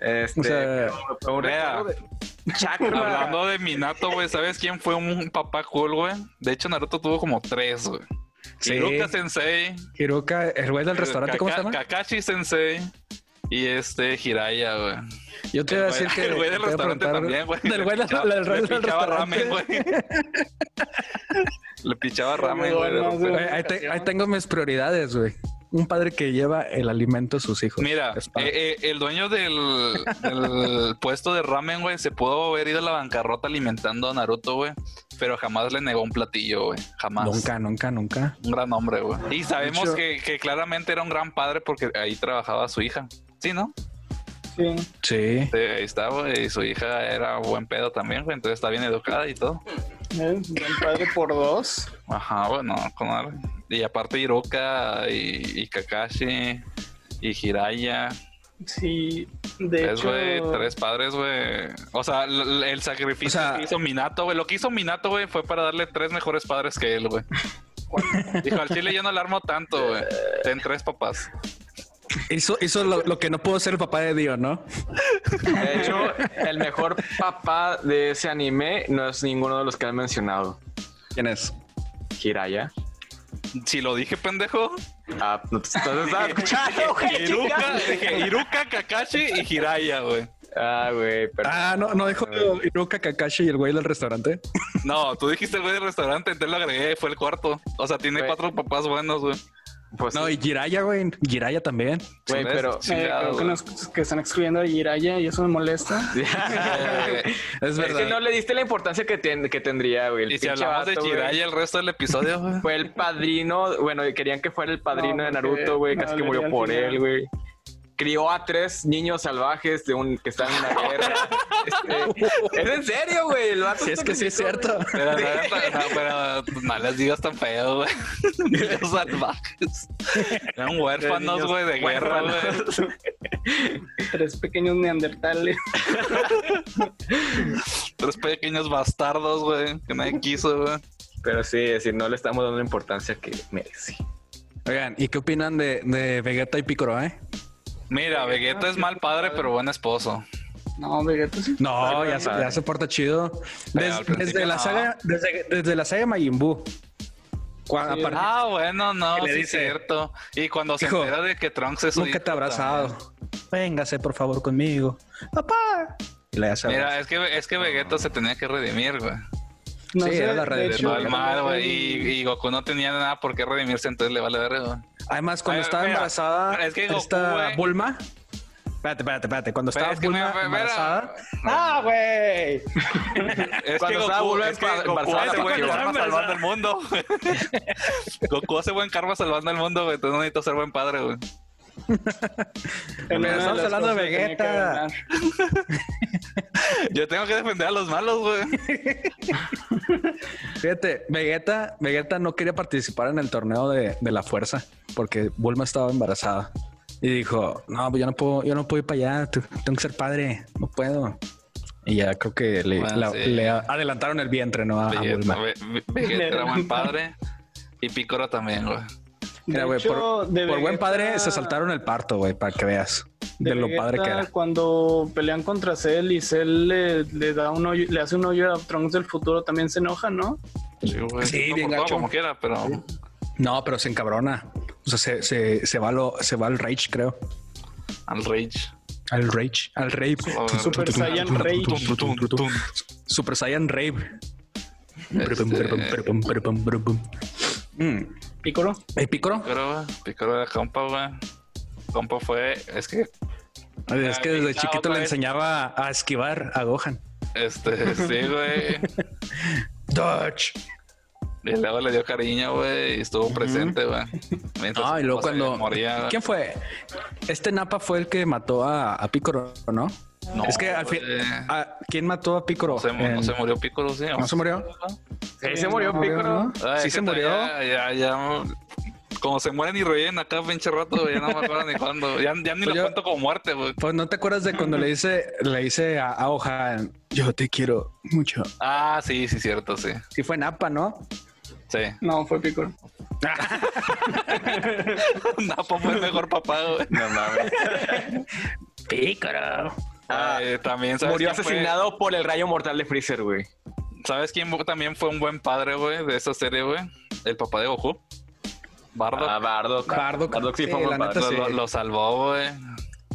Este, O sea, pero un recuerdo de- Hablando de Minato, güey, ¿sabes quién fue un papá cool, güey? De hecho, Naruto tuvo como tres, güey. Sí. Iruka Sensei. eh, Hiroka, el güey del restaurante, ¿cómo se Kaka- llama? Kakashi Sensei. Y este, Hiraya, güey. Yo te iba a decir que. El güey *laughs* del te iba a restaurante preguntar- también, güey. Del güey del, Le del- pichaba- del le pichaba restaurante. ramen, güey. Le pichaba ramen, Muy güey. de bueno, repente. Güey, ahí, te- ahí tengo mis prioridades, güey. Un padre que lleva el alimento a sus hijos. Mira, Es padre. eh, eh, el dueño del, del puesto de ramen, güey, se pudo haber ido a la bancarrota alimentando a Naruto, güey. Pero jamás le negó un platillo, güey. Jamás. nunca, nunca, nunca. Un gran hombre, güey. Y sabemos hecho- que, que claramente era un gran padre porque ahí trabajaba su hija. Sí, ¿no? Sí. Sí. Sí, ahí está, güey. Y su hija era buen pedo también, güey. Entonces está bien educada y todo. ¿eh? Buen padre por dos. Ajá, bueno, con ar- Y aparte Hiroka y, y Kakashi y Hiraya. Sí. De Tres, hecho, eh, güey, tres padres, güey. O sea, l- l- el sacrificio O sea- que hizo Minato, güey. Lo que hizo Minato, güey, fue para darle tres mejores padres que él, *laughs* güey. Dijo, al chile yo no le armo tanto, güey. Ten tres papás. Hizo, hizo lo, lo que no pudo ser el papá de Dios, ¿no? De hecho, el mejor papá de ese anime no es ninguno de los que han mencionado. ¿Quién es? Hiraya. Si lo dije, pendejo. Ah, no te estás estás *laughs* escuchando, güey. Hiruka, chingada. dije, Hiruka, Kakashi y Hiraya, güey. Ah, güey, pero. Ah, no, no dijo Hiroka Kakashi y el güey del restaurante. No, tú dijiste el güey del restaurante, entonces lo agregué, fue el cuarto. O sea, tiene Güey. cuatro papás buenos, güey. Pues, No, y Jiraya, güey. Jiraya también. *laughs* güey, pero. eh, creo que, nos- que están excluyendo a Jiraya y eso me molesta. *laughs* Es *laughs* Es verdad. que no le diste la importancia que, ten- que tendría, güey. El Y si pinche hablamos de vato, güey, Jiraiya el resto del episodio, güey. Fue el padrino, bueno, querían que fuera el padrino No, de porque Naruto, güey, me casi que murió dolería al por final. él, güey. Crió a tres niños salvajes de un que están en una guerra. Este, es en serio, güey. El vato Si es que sí es sacrificó, cierto. Pero, no, no, no, pero no les digas tan feo, güey. Niños salvajes. Eran huérfanos, Niños güey, de guerra, güey. Tres pequeños neandertales. Tres pequeños bastardos, güey, que nadie quiso, güey. güey. Pero sí, es decir, no le estamos dando la importancia que merece. Oigan, ¿y qué opinan de, de Vegeta y Piccolo, eh? Mira, Vegeta es mal padre, pero buen esposo. No, Vegeta sí. No, Padre, ya se, padre. ya se porta chido. Pero Des- al desde, principio la no. saga, desde, desde la saga Majin Buu. Cuando, Sí, a partir- Ah, bueno, no, Que le sí dice, es cierto. Y cuando se "Hijo, entera de que Trunks es su nunca hijo te ha abrazado. Véngase, por favor, conmigo. Papá. Y la ya se también. abraza. Mira, es que, es que Vegeta se tenía que redimir, güey. No Sí, era la de red, hecho, Mal, mal, güey. el- Y, y Goku no tenía nada por qué redimirse, entonces le vale ver, güey. Además, cuando Ay, estaba mira, embarazada, es que Goku, esta güey. Bulma, Espérate, espérate, espérate. Cuando eh. Pero estabas es que Bulma me- me- embarazada, ¡Ah, güey! Es Cuando que estaba Goku, Bulma es que embarazada, Goku hace cuando buen estaba karma embarazada. salvando el mundo. güey. *laughs* Goku hace buen karma salvando el mundo, güey. Entonces no necesito ser buen padre, güey. En una de estamos las hablando de cosas tenía que Vegeta. ganar. Yo tengo que defender a los malos, güey. fíjate, Vegeta, Vegeta no quería participar en el torneo de, de la fuerza porque Bulma estaba embarazada. Y dijo, no, pues yo no puedo, yo no puedo ir para allá, tú- tengo que ser padre, no puedo. Y ya creo que le, Bueno, la- sí. le adelantaron el vientre, ¿no? A, a Vegeta, Bulma. ve- ve- Vegeta era buen padre. Y Picoro también, güey. Mira, De güey, por, hecho, de por buen Vegeta- padre se saltaron el parto, güey, para que veas de, lo Vegeta, padre que era. Cuando pelean contra Cell y Cell le, le da un hoyo- le hace un hoyo a Trunks del futuro, también se enoja, ¿no? Sí, güey. Sí, No bien por todo, gacho. Como quiera, pero. No, pero se encabrona. O sea, se, se, se va, lo, se va al rage, creo. Al Rage. Al rage, al rave. Super Saiyan Rage. Super Saiyan rave. Este, Mm. Piccolo. ¿El Picoro? Picoro, güey. Picoro era compa, güey. Compa fue. Es que. Es que Ah, desde está chiquito otra le vez. enseñaba a esquivar a Gohan. Este, *laughs* sí, güey. Dodge. Y luego le dio cariño, güey. Y estuvo presente, güey. Mientras Ah, y luego su papá se cuando. Moría, güey. ¿Quién fue? Este Napa fue el que mató a, a Picoro, ¿no? No, es que al fin. güey. a- ¿Quién mató a Picoro? No se, mu- no En- se murió Piccolo, sí. ¿No se murió? Ahí se murió Piccolo. Ay, Sí es se que murió. Ya, ya, ya. Como se mueren y reviven acá, pinche rato, güey. Ya no me acuerdo ni cuándo. Ya, ya ni Pues lo yo- cuento como muerte, güey. Pues no te acuerdas de cuando le dice, le dice a, a Gohan, yo te quiero mucho. Ah, sí, sí, cierto, sí. Sí fue Napa, ¿no? *laughs* Sí. No, fue Piccolo. Napo pues fue el mejor papá, güey. No mames. Pícaro. Ah, Ay, eh, también, ¿sabes Murió quién fue? asesinado por el rayo mortal de Freezer, güey. ¿Sabes quién también fue un buen padre, güey, de esa serie, güey? El papá de Goku. Bardo. Ah, Bardock. Bardock. sí Sí, fue la buen neta padre. lo, sí. lo- lo salvó, güey.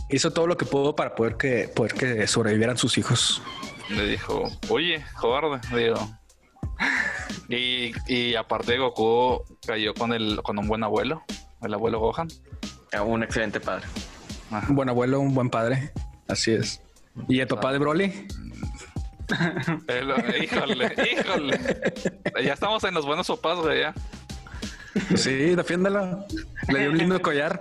Hizo todo lo que pudo para poder que, poder que sobrevivieran sus hijos. Le dijo, oye, cobarde, digo. Y, y aparte de Goku cayó con el con un buen abuelo, el abuelo Gohan. Ah, Un excelente padre. Ajá. Un buen abuelo, un buen padre. Así es. ¿Y el papá de Broly? El- híjole, híjole. Ya estamos en los buenos papás, güey, ya. Sí, defiéndalo. Le dio un lindo collar.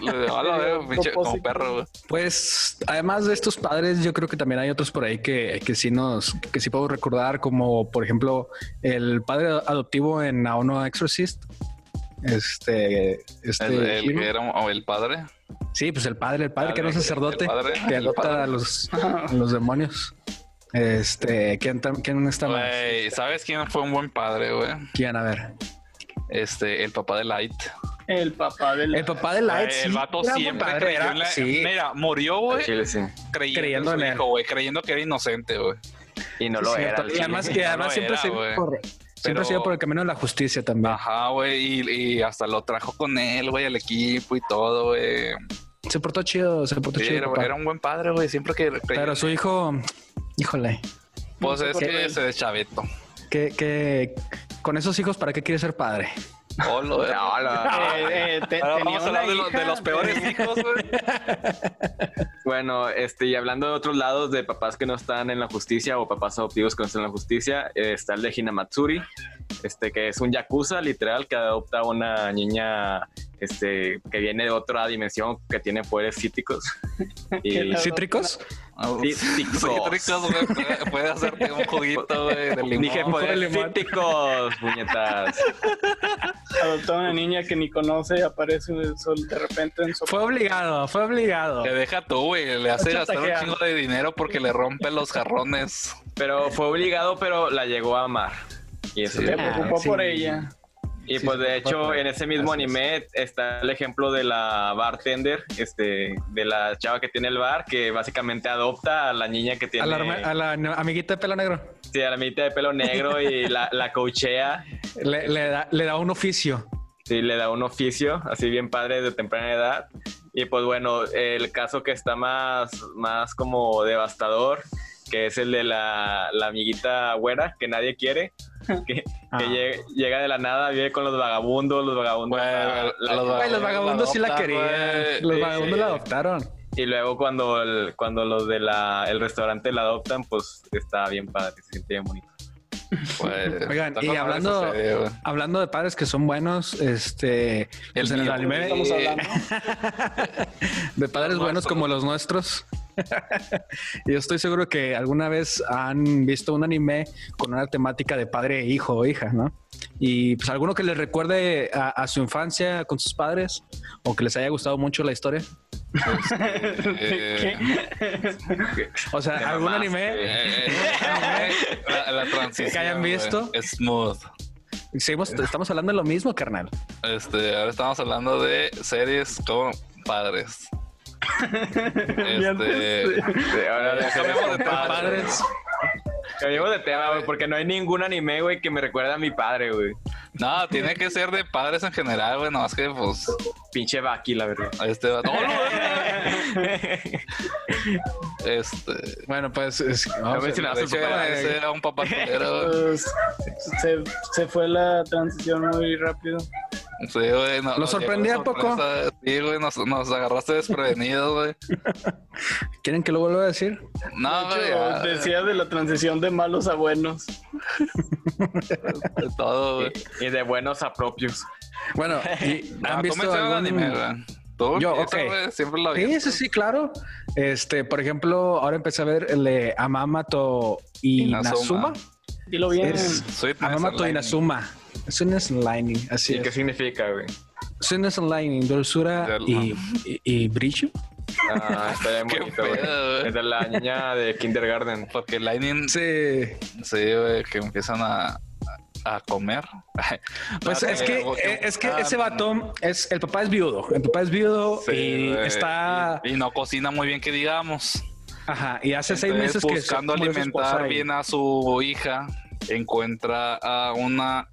Le- Hola, güey, pinche, como perro, güey. Pues, además de estos padres, yo creo que también hay otros por ahí que, que sí nos, que sí puedo recordar, como por ejemplo, el padre adoptivo en Aono Exorcist. Este, este El, el Hiro. que era o el padre. Sí, pues el padre, el padre que era un El sacerdote padre, que el adopta padre. a los, a los demonios. Este, ¿quién, tam- quién está más? Güey, ¿sabes quién fue un buen padre, güey? ¿Quién? A ver. Este, el papá de Light. El papá del. El papá de Light. Güey, sí, el vato era muy siempre padre, creyó era- en la- sí. Mira, murió, Al güey, Chile, sí. creyendo, creyendo en su en él. hijo, güey, creyendo que era inocente, güey. Y no Sí, lo cierto. era. al Y chile. además, Sí, y *laughs* no además lo siempre, era, se ido güey. por, siempre Pero- Ah. se iba por el camino de la justicia también. Ajá, güey, y, y hasta lo trajo con él, güey, al equipo y todo, güey. Se portó chido, se portó Sí, chido. era, papá. era un buen padre, güey, siempre que... Pero su hijo, híjole, Pues es ¿Qué? que se deschavetó. que, que con esos hijos, ¿para qué quiere ser padre? Oh, Hola, güey. No, la- *laughs* Eh, eh, te- Ahora tenía vamos a una hablar de, los- de hija los peores hijos, güey. Bueno, este, y hablando de otros lados de papás que no están en la justicia o papás adoptivos que no están en la justicia, eh, está el de Hinamatsuri, este, que es un yakuza literal que adopta a una niña este, que viene de otra dimensión que tiene poderes psíquicos. Y, Claro. ¿Cítricos? Pues Cítricos. Cítricos, güey. puede- Puede hacerte un juguito, güey, de limón. Dije pues, poderes limón. psíquicos, puñetas. Adoptó a una niña que ni conoce y aparece de, sol- de repente en su. Fue obligado, fue obligado. Te deja tú, güey. Le hace Ocho gastar un tajeadas. chingo de dinero porque le rompe los jarrones. Pero fue obligado, pero la llegó a amar. Y eso Sí. le Se Ah, preocupó sí. por ella. Y Sí, pues sí, de papá, hecho pero- en ese mismo así es. anime está el ejemplo de la bartender, este, de la chava que tiene el bar, que básicamente adopta a la niña que tiene A la, arma- a la no- amiguita de pelo negro. sí, a la amiguita de pelo negro y la, la coachea, Le, le da, le da un oficio. sí, le da un oficio, así bien padre de temprana edad. Y pues bueno, el caso que está más, más como devastador, que es el de la, la amiguita güera, que nadie quiere, que, que Ah. llega, llega de la nada, vive con los vagabundos, los vagabundos. Güey, la- la- Güey, los vagabundos sí la adoptan, querían. güey. Los Sí, vagabundos sí. la adoptaron. Y luego cuando, el- cuando los de la, el restaurante la adoptan, pues está bien padre, se siente bien *laughs* bonito. Pues, Oigan, está y con madre hablando- esa serie, güey. *laughs* Hablando de padres que son buenos, este, pues en el mío, anime, güey. Estamos hablando. de padres buenos Los nuestros. como los nuestros. Yo estoy seguro que alguna vez han visto un anime con una temática de padre, e hijo o hija, ¿no? Y pues alguno que les recuerde a, a su infancia con sus padres o que les haya gustado mucho la historia. *laughs* Eh, O sea, Te algún mamaste. anime. eh, eh, eh, la, la transición. Que hayan güey. visto. Smooth. Seguimos, estamos hablando de lo mismo, carnal. Este, ahora estamos hablando de series con padres. Este, Sí, ahora de ser compadre, Cambiamos de tema, güey. Padres. Cambiamos de tema, güey, porque no hay ningún anime, güey, que me recuerde a mi padre, güey. no, tiene que ser de padres en general, güey, nomás que pues Pinche Baki, la *laughs* verdad. este va- ¡No, no, este Bueno, pues es- No vamos a- mencionaste a su que papá. ese era un papá culero, güey. Pues, se, se fue la transición muy rápido. Sí, güey, no- ¿Lo nos llegó sorprendí de a poco? sorpresa. Sí, güey, nos, nos agarraste desprevenidos, güey. ¿Quieren que lo vuelva a decir? No, De güey. hecho, ya, decía de la transición de malos a buenos. de todo, güey. Y de buenos a propios. Bueno, *laughs* y Ah, han tú visto mencionas algún... anime, güey. Tú, Yo, esa, ok. güey, siempre lo Sí, sí, sí, claro. Este, por ejemplo, ahora empecé a ver el de Amamato y Inazuma. Ah, Inazuma. Y lo bien. Es- Sweet Amamato y Inazuma. Soonest Lining, así ¿Y qué es. significa, güey? Soonest Lining, dulzura Del- y, y, y brillo. Ah, está bien *laughs* Qué bonito, güey. pedo, güey. Es de la niña de kindergarten. Porque Lightning Sí. Sí, güey, que empiezan a, a comer. Pues Ah, es que, güey, eh, es que ah, ese vato es, el papá es viudo. El papá es viudo sí, y güey, está, Y, y no cocina muy bien, que digamos. ajá, y hace seis Entonces, meses que se buscando murió su esposa y- alimentar bien a su hija, encuentra a una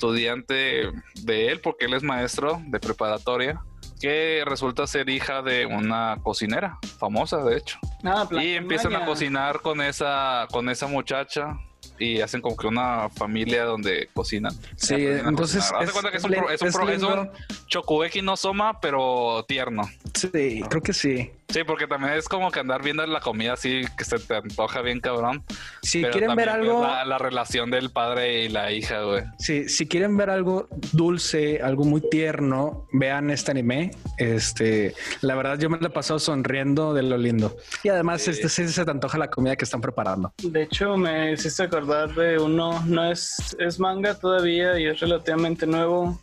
estudiante de él, porque él es maestro de preparatoria, que resulta ser hija de una cocinera famosa, de hecho. Ah, plan- Y empiezan a maña. cocinar con esa, con esa muchacha. Y hacen como que una familia donde cocinan. Sí, Aprenden a entonces cocinar. pues, Haz de es- cuenta que es un, pro- es un es pro- es un lindo. Chokubeki no Soma, pero tierno. Sí, creo que sí. Sí, porque también es como que andar viendo la comida así que se te antoja bien cabrón. Si pero quieren ver también algo, ves La, la relación del padre y la hija, güey. sí, si quieren ver algo dulce, algo muy tierno, vean este anime. Este, la verdad, yo me la he pasado sonriendo de lo lindo. Y además, Sí. este sí se te antoja la comida que están preparando. De hecho, me hiciste acordar de uno, no es, es manga todavía y es relativamente nuevo.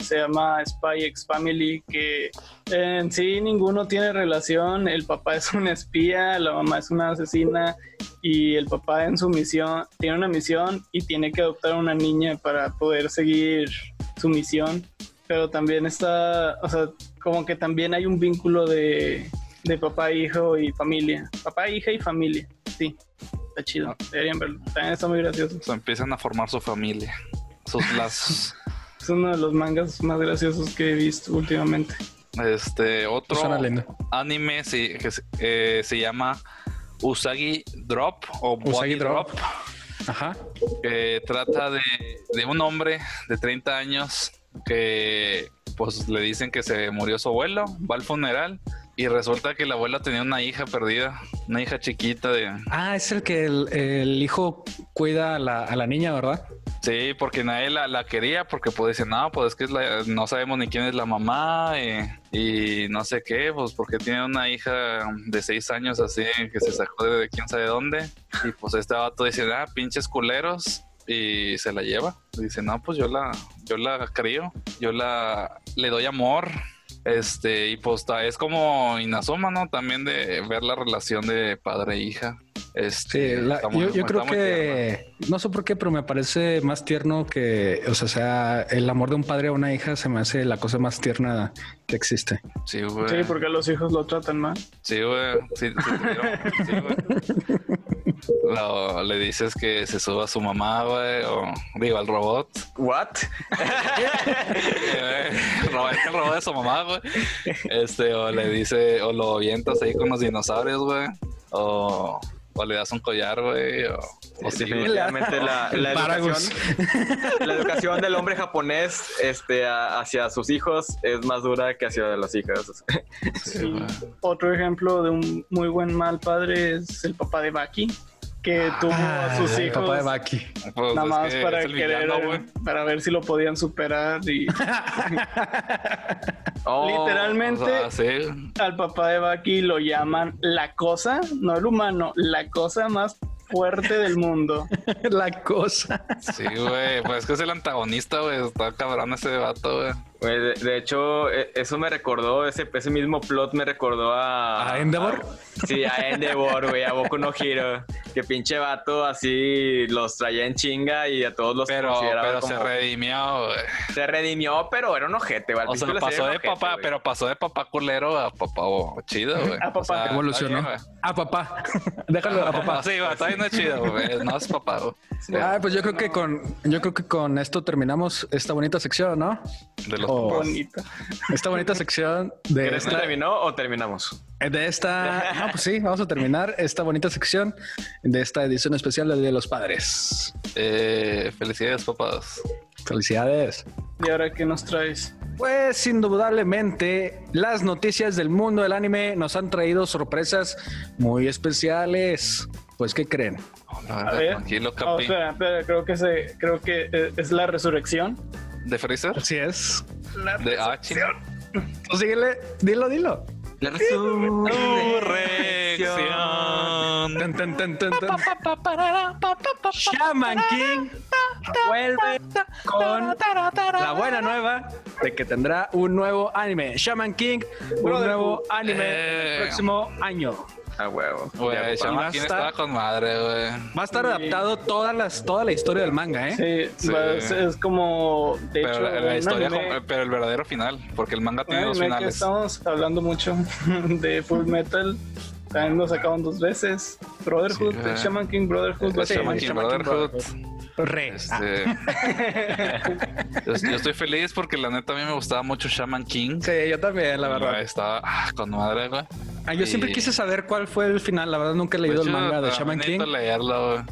Se llama Spy X Family, que en sí ninguno tiene relación. El papá es un espía, la mamá es una asesina y el papá en su misión tiene una misión y tiene que adoptar a una niña para poder seguir su misión. Pero también está, o sea, como que también hay un vínculo de, de papá, hijo y familia. Papá, hija y familia, sí. Está chido, deberían verlo. También está muy gracioso. O sea, empiezan a formar su familia, *laughs* sus lazos. Es uno de los mangas más graciosos que he visto últimamente. este, otro Suena lindo. anime sí, que se- eh, se llama Usagi Drop o Body Usagi Drop. Drop. Ajá. que trata de, de un hombre de 30 años que pues le dicen que se murió su abuelo, va al funeral y resulta que la abuela tenía una hija perdida, una hija chiquita de... Ah, es el que el, el hijo cuida a la, a la niña, ¿verdad? Sí, porque nadie la, la quería porque pues dicen, no, pues es que es la- no sabemos ni quién es la mamá eh, y, no sé qué, pues porque tiene una hija de 6 años así que se sacó de quién sabe dónde y pues este vato dice, ah, pinches culeros y se la lleva. Dice, no, pues yo la, yo la crío, yo la, le doy amor. Este, y pues ta- es como Inazuma, ¿no? También de ver la relación de padre e hija. Sí, Este, la- está muy- yo, yo está creo muy tierna. que no sé por qué, pero me parece más tierno que, o sea, sea, el amor de un padre a una hija se me hace la cosa más tierna que existe. Sí, güey. Sí, porque a los hijos lo tratan mal. Sí, güey. Sí, sí, tuvieron- sí, güey. Lo- le dices que se suba a su mamá, güey, o digo, al robot. ¿What? Eh, Robar el robot de su mamá, güey. Este, o le dice, o lo avientas ahí con los dinosaurios, güey. O o le das un collar, güey, o, o sí, güey. Definitivamente *laughs* la, la Paragus. educación, *laughs* la educación del hombre japonés este, a- hacia sus hijos es más dura que hacia los hijos. Sí. Otro ejemplo de un muy buen mal padre es el papá de Baki, que tuvo a sus Ah, el hijos Papá de Baki. Pues nada es más que para es el querer, villano, güey. para ver si lo podían superar *laughs* y *laughs* Oh, literalmente O sea, sí. al papá de Baki lo llaman la cosa, no el humano, la cosa más fuerte *laughs* del mundo. *laughs* La cosa. Sí, güey. Pues es que es el antagonista, güey. Está cabrón ese vato, güey. güey, De, de hecho, e- eso me recordó, ese, ese mismo plot me recordó a... ¿A Endeavor? a- sí, a Endeavor, güey, a Boku no Hero. Que pinche vato así los traía en chinga y a todos los Pero, consideraba pero se como- redimió, güey. se redimió, pero era un ojete, güey. Al O sea, principio la pasó serie era de un ojete, papá, güey. pero pasó de papá culero a papá oh, chido, güey. A papá. O sea, está Evolucionó. bien, güey. A Ah, papá. *laughs* Déjalo Ah, a papá. *laughs* Sí, güey, está bien no es chido, güey. No es papá, güey. Ah, pues yo creo que con yo creo que con esto terminamos esta bonita sección, ¿no? De los Oh. papás. Bonito. Esta bonita sección de ¿Crees que esta, terminó o terminamos? de esta no, pues sí, vamos a terminar esta bonita sección de esta edición especial del Día de los Padres. Eh, felicidades, papás. Felicidades. ¿Y ahora qué nos traes? Pues indudablemente las noticias del mundo del anime nos han traído sorpresas muy especiales. Pues ¿qué creen? Oh, la A verdad, ver. Tranquilo, Capi. Oh, espera, espera, creo que se, creo que eh, es la resurrección. ¿De Freezer? Así es. De ah, chingada. Tú síguele, dilo, dilo. La resurrección. Corrección. Tan, tan, tan, tan, tan. Shaman King vuelve con la buena nueva de que tendrá un nuevo anime. Shaman King, un Brother, nuevo anime eh. el próximo año. A huevo. Güey, Ya, va a Shaman King estar- estaba con madre, güey. Va a estar Sí. adaptado todas las, toda la historia del manga, ¿eh? Sí, Sí. va- es, es como de Pero hecho la, la un historia, anime- Ah, jo- pero el verdadero final, porque el manga tiene Ay, dos mira que finales. estamos hablando mucho *laughs* de Full Metal. También lo sacaron dos veces. Brotherhood, Sí, eh. Shaman King Brotherhood. El va a ser- Shaman King Shaman King Brotherhood. Re. Ah, Este, *laughs* yo, yo estoy feliz porque la neta a mí me gustaba mucho Shaman King. sí, yo también, la Güey, verdad. Estaba ah, con madre, güey. Ah, yo siempre este, Y- quise saber cuál fue el final. La verdad, nunca he leído Pues el yo manga de también Shaman King. necesito leerlo, güey.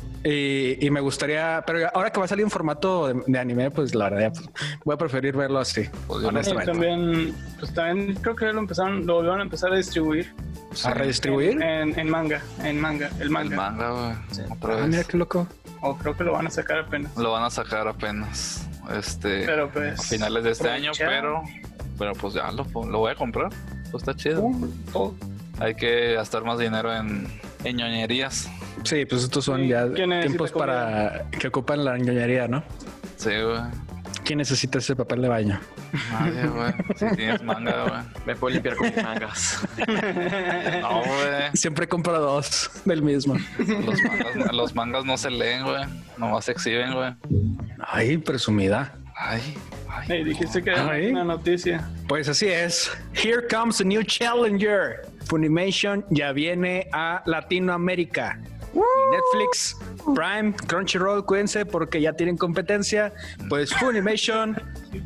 Y, y me gustaría, pero ahora que va a salir en formato de, de anime, pues la verdad, ya, pues, voy a preferir verlo así. Pues yo Sí, honestamente. también, pues también creo que lo empezaron, lo volvieron a empezar a distribuir A redistribuir. Eh, en, en manga, en manga, el El manga. manga, güey. Otra Ah, vez. mira qué loco. O creo que lo van a sacar apenas. Lo van a sacar apenas. Este. Pero pues. a finales de este año, aprovechar. pero. Pero pues ya lo, lo voy a comprar. Pues está chido. Uh, todo. Hay que gastar más dinero en, en ñoñerías. Sí, pues estos son Sí, ya ¿quién necesita tiempos para que ocupan la ñoñería, ¿no? Sí, güey. ¿Quién necesita ese papel de baño? Nadie, güey. Si tienes manga, güey. Me puedo limpiar con mis *laughs* mangas. No, güey. Siempre compro dos del mismo. Los mangas, los mangas no se leen, güey. Nomás se exhiben, güey. Ay, presumida. Ay, ay. Ey, dijiste que Ah, ¿eh? era una noticia. Pues así es. Here comes a new challenger. Funimation ya viene a Latinoamérica. Y Netflix, Prime, Crunchyroll, cuídense porque ya tienen competencia. Pues Funimation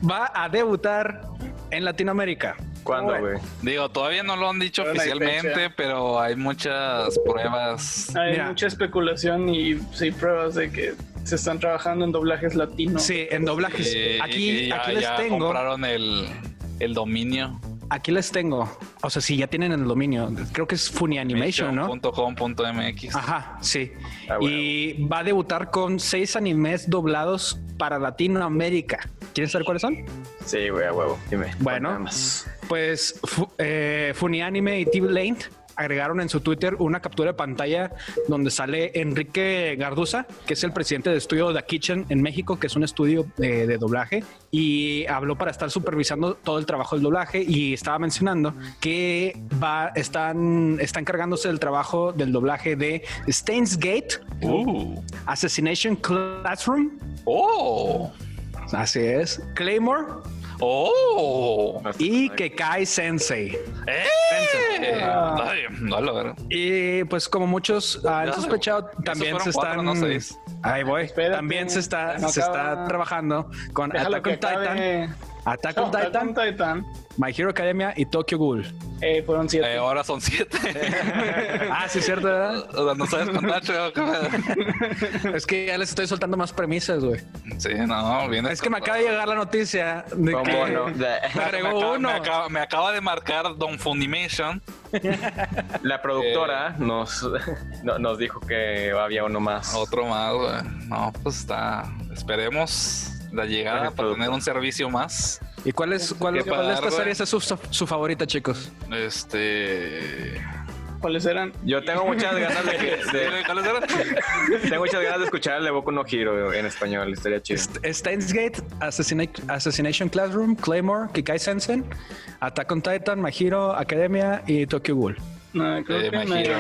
va a debutar en Latinoamérica. ¿Cuándo, Bueno. güey? Digo, todavía no lo han dicho Pero no hay oficialmente, fecha. pero hay muchas pruebas. Hay Mira. mucha especulación y sí pruebas de que se están trabajando en doblajes latinos. Sí, en doblajes. Eh, Aquí, que ya- aquí les ya tengo. compraron el, el dominio. Aquí les tengo. O sea, sí, ya tienen el dominio. Creo que es Funianimation, ¿no? .com.mx. Ajá, sí. Ah, bueno. Y va a debutar con seis animes doblados para Latinoamérica. ¿Quieres saber cuáles son? Sí, güey, a huevo. Dime. Bueno. Nada más. Pues Fu- eh, Funianime y TV Lane agregaron en su Twitter una captura de pantalla donde sale Enrique Garduza, que es el presidente de estudio de Kitchen en México, que es un estudio eh, de doblaje, y habló para estar supervisando todo el trabajo del doblaje y estaba mencionando que va, están, están encargándose del trabajo del doblaje de Stains Gate, Uh. Assassination Classroom, ¡Oh! así es, Claymore ¡Oh! y Kekai Sensei. ¡Eh! Ah. Ay, no lo veo. Y pues como muchos han Ya, sospechado, esos también fueron se están... cuatro, no seis. Ahí voy. Espérate, también se está, no se acaba. está trabajando con Déjalo Attack on que acabe. Titan. Attack No, on Attack Titan on Titan. My Hero Academia y Tokyo Ghoul. *laughs* Eh, fueron siete. Eh, ahora *laughs* son siete. Ah, sí, es cierto, ¿verdad? O sea, no sabes contar, chaval. Es que ya les estoy soltando más premisas, güey. Sí, no, viene. Es que me con acaba de todo. llegar la noticia de ¿Cómo que *laughs* *laughs* no? me Me agregó acaba, uno. me acaba- me acaba de marcar Don Funimation. La productora nos, *laughs* no- nos dijo que había uno más. Otro más, güey. No, pues está. Esperemos la llegada Gracias, para tener productor. un servicio más. ¿Y cuál es cuál, Qué cuál de padre, estas güey. series es su, su favorita, chicos? Este. ¿Cuáles eran? Yo tengo muchas ganas de, *laughs* que- de- ¿Cuáles eran? tengo muchas ganas de escuchar el de Boku no Hero en español, estaría chido. Steins Gate, Assassinate- Assassination Classroom, Claymore, Kikai Sensen, Attack on Titan, My Hero Academia y Tokyo Ghoul. No, creo Eh, que My me... Hero.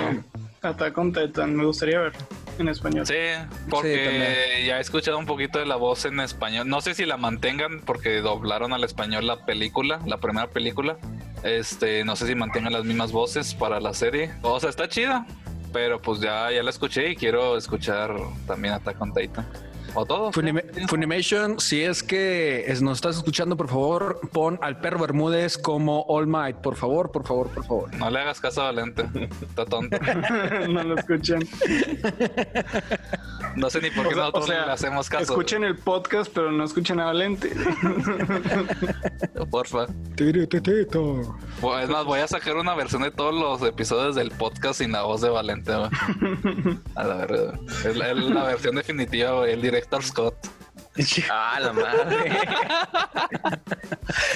Attack on Titan, me gustaría ver en español. Sí, porque ya he escuchado un poquito de la voz en español. No sé si la mantengan porque doblaron al español la película, la primera película. Este, no sé si mantengan las mismas voces para la serie. O sea, está chida, pero pues ya, ya la escuché y quiero escuchar también Attack on Titan. O todo. Funima- Funimation, si es que es- nos estás escuchando, por favor, pon al perro Bermúdez como All Might, por favor, por favor, por favor. No le hagas caso a Valente. Está tonto. *laughs* no lo escuchen. No sé ni por O qué sea- nosotros o sea, le hacemos caso. Escuchen el podcast, pero no escuchen *laughs* a Valente. Porfa. Bu- Es más, voy a sacar una versión de todos los episodios del podcast sin la voz de Valente, *laughs* güey. A la verdad. Es la, es la versión definitiva, güey. El director Scott. Ah, la madre.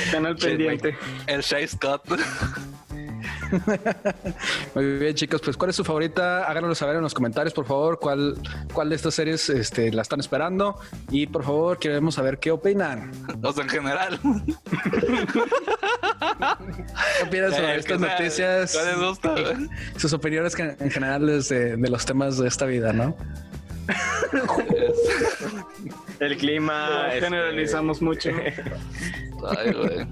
Estén al pendiente. El Shay Scott. *laughs* Muy bien, chicos, pues ¿cuál es su favorita? Háganoslo saber en los comentarios, por favor, cuál, cuál de estas series este, la están esperando. Y por favor, queremos saber qué opinan. O sea, en general. ¿Qué opinan Ya, sobre ya, estas o sea, noticias? ¿Cuál les gusta, güey? Sus opiniones que- en general de, de los temas de esta vida, ¿no? Es- El Ah, clima. este, *laughs* Generalizamos *laughs* mucho. Ay, güey.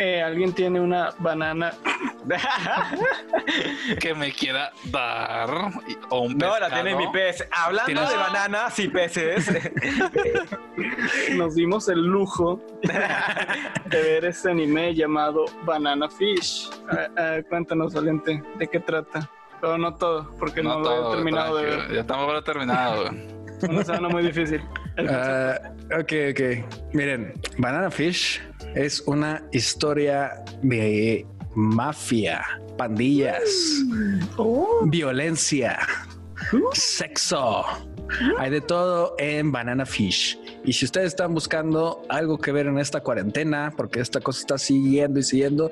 Eh, ¿Alguien tiene una banana? Que me quiera dar. y- O un No, la pescado. tiene mi pez. Hablando Tienes- de bananas y peces, Nos dimos el lujo de ver este anime llamado Banana Fish. Ah, ah, cuéntanos, Valente, ¿de qué trata? Pero no todo, porque no, No, lo todo, he güey, terminado de tranquilo. ver. Ya estamos lo he terminado, güey. Una semana muy difícil. El Ah, ok, ok. Miren, Banana Fish es una historia de mafia, pandillas, Mm. Oh. violencia, Uh. sexo. Hay de todo en Banana Fish. Y si ustedes están buscando algo que ver en esta cuarentena, porque esta cosa está siguiendo y siguiendo,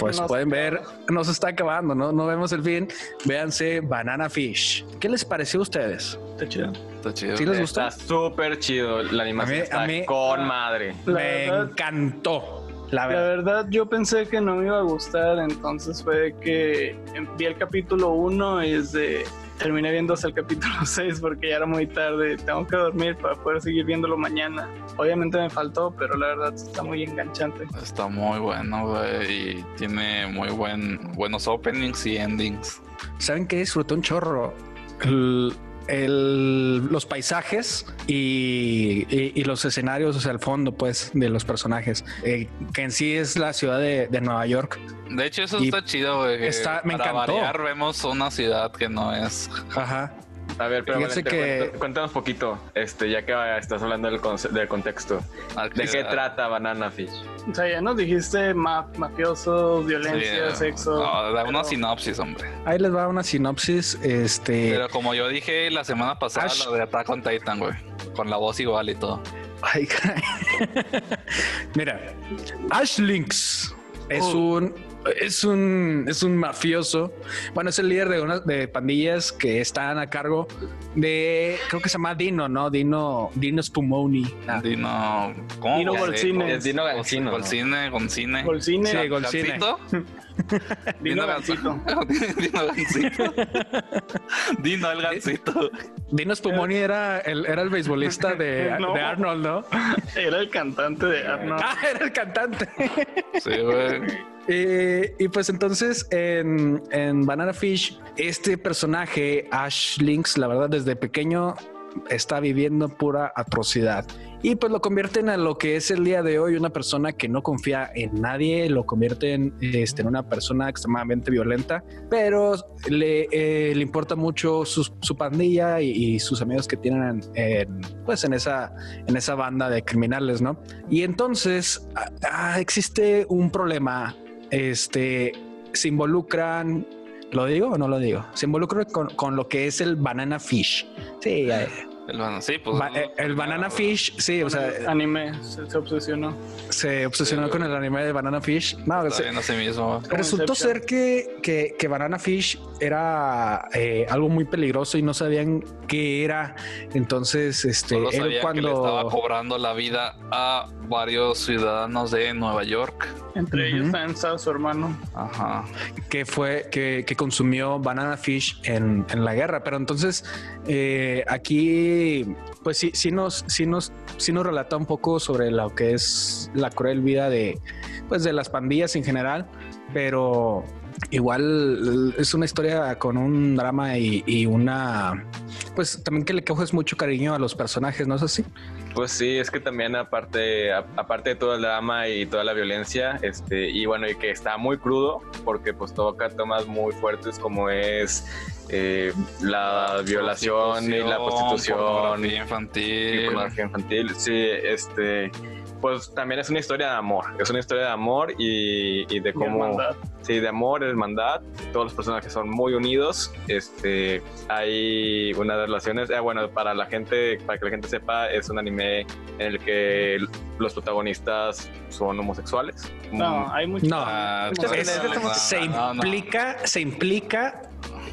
pues Nos pueden ver, nos está acabando, ¿no? No vemos el fin. Véanse Banana Fish. ¿Qué les pareció a ustedes? Está chido. Está chido. ¿Sí les gustó? está súper chido. La animación A mí- está a mí- con madre. La me verdad- encantó. La La verdad. verdad, yo pensé que no me iba a gustar, entonces fue que em, vi el capítulo 1 y desde terminé viendo hasta el capítulo *laughs* 6 porque ya era muy tarde. Tengo que dormir para poder seguir viéndolo mañana. Obviamente me faltó, pero la verdad está muy enganchante. Está muy bueno, güey. Y tiene muy buen, buenos openings y endings. ¿Saben qué disfruté un chorro? El- el- los paisajes y, y- y los escenarios, o sea, el fondo, pues, de los personajes, eh, que en sí es la ciudad de, de Nueva York. De hecho, eso Y está chido, güey. que está- me para encantó. variar, vemos una ciudad que no es. Ajá. A ver, pero Fíjense Valente, que- cuenta- cuéntanos poquito, este, ya que estás hablando del, conce- del contexto. ¿De qué trata Banana Fish? O sea, ya nos dijiste ma- mafiosos, violencia, Sí, sexo. no, da una pero- sinopsis, hombre. Ahí les va una sinopsis. Este. Pero como yo dije la semana pasada, Ash- lo de Attack on Titan, güey. Con la voz igual y todo. Ay, caray. *laughs* Mira, Ash Lynx es Oh. un es un es un mafioso. Bueno, es el líder de unas de pandillas que están a cargo de creo que se llama Dino, ¿no? Dino Dino Spumoni. Dino. ¿Cómo? Ah. Dino güey? Golcine. Es Dino Gancino. Golcine, Golcine. Golcine, Sí, Golcine. *laughs* ¿Gancito? Dino Gancito. Gancito. *laughs* Dino *laughs* Gancito. Dino el Gancito. Dino Spumoni era el era el beisbolista de, No. de Arnold, ¿no? Era el cantante de Arnold. Ah, era el cantante. Sí, güey. Eh, y pues entonces en, en Banana Fish, este personaje, Ash Lynx, la verdad, desde pequeño está viviendo pura atrocidad. Y pues lo convierten a lo que es el día de hoy, una persona que no confía en nadie, lo convierten este, en una persona extremadamente violenta, pero le, eh, le importa mucho su, su pandilla y, y sus amigos que tienen en, pues en esa, en esa banda de criminales, ¿no? Y entonces ah, ah, existe un problema, este, se involucran ¿Lo digo o no lo digo? Se involucra con, con lo que es el banana fish. Sí, eh, El banana, sí, pues. ba- eh, el banana fish, sí, o sea, eh, anime, se, se obsesionó. se obsesionó con el anime de banana fish. No, Está se- bien a sí mismo. Como resultó Inception. ser que, que, que banana fish era eh, algo muy peligroso y no sabían qué era. Entonces, este, Solo él sabía que le estaba cobrando la vida a varios ciudadanos de Nueva York. Entre ellos Ujú. también estaba su hermano. Ajá. que fue que, que consumió banana fish en, en la guerra. Pero entonces eh, aquí, pues sí, sí nos, sí nos, sí nos relata un poco sobre lo que es la cruel vida de, pues de las pandillas en general, pero igual es una historia con un drama y, y una, pues también que le coges mucho cariño a los personajes, ¿no es así? Pues sí, es que también aparte, a- aparte de todo el drama y toda la violencia, este, y bueno, y que está muy crudo, porque pues toca temas muy fuertes como es eh, la violación y la prostitución, pornografía y infantil. pornografía infantil. Sí, este, pues también es una historia de amor, es una historia de amor y, y de Y cómo, hermandad. sí, de amor, hermandad, todos los personajes son muy unidos, este, hay unas relaciones, eh, bueno, para la gente, para que la gente sepa, es un anime en el que los protagonistas son homosexuales. Mm. No, hay mucho. No. Ah, Es- no, Pues, es- no, es- no, se no, no. implica, se implica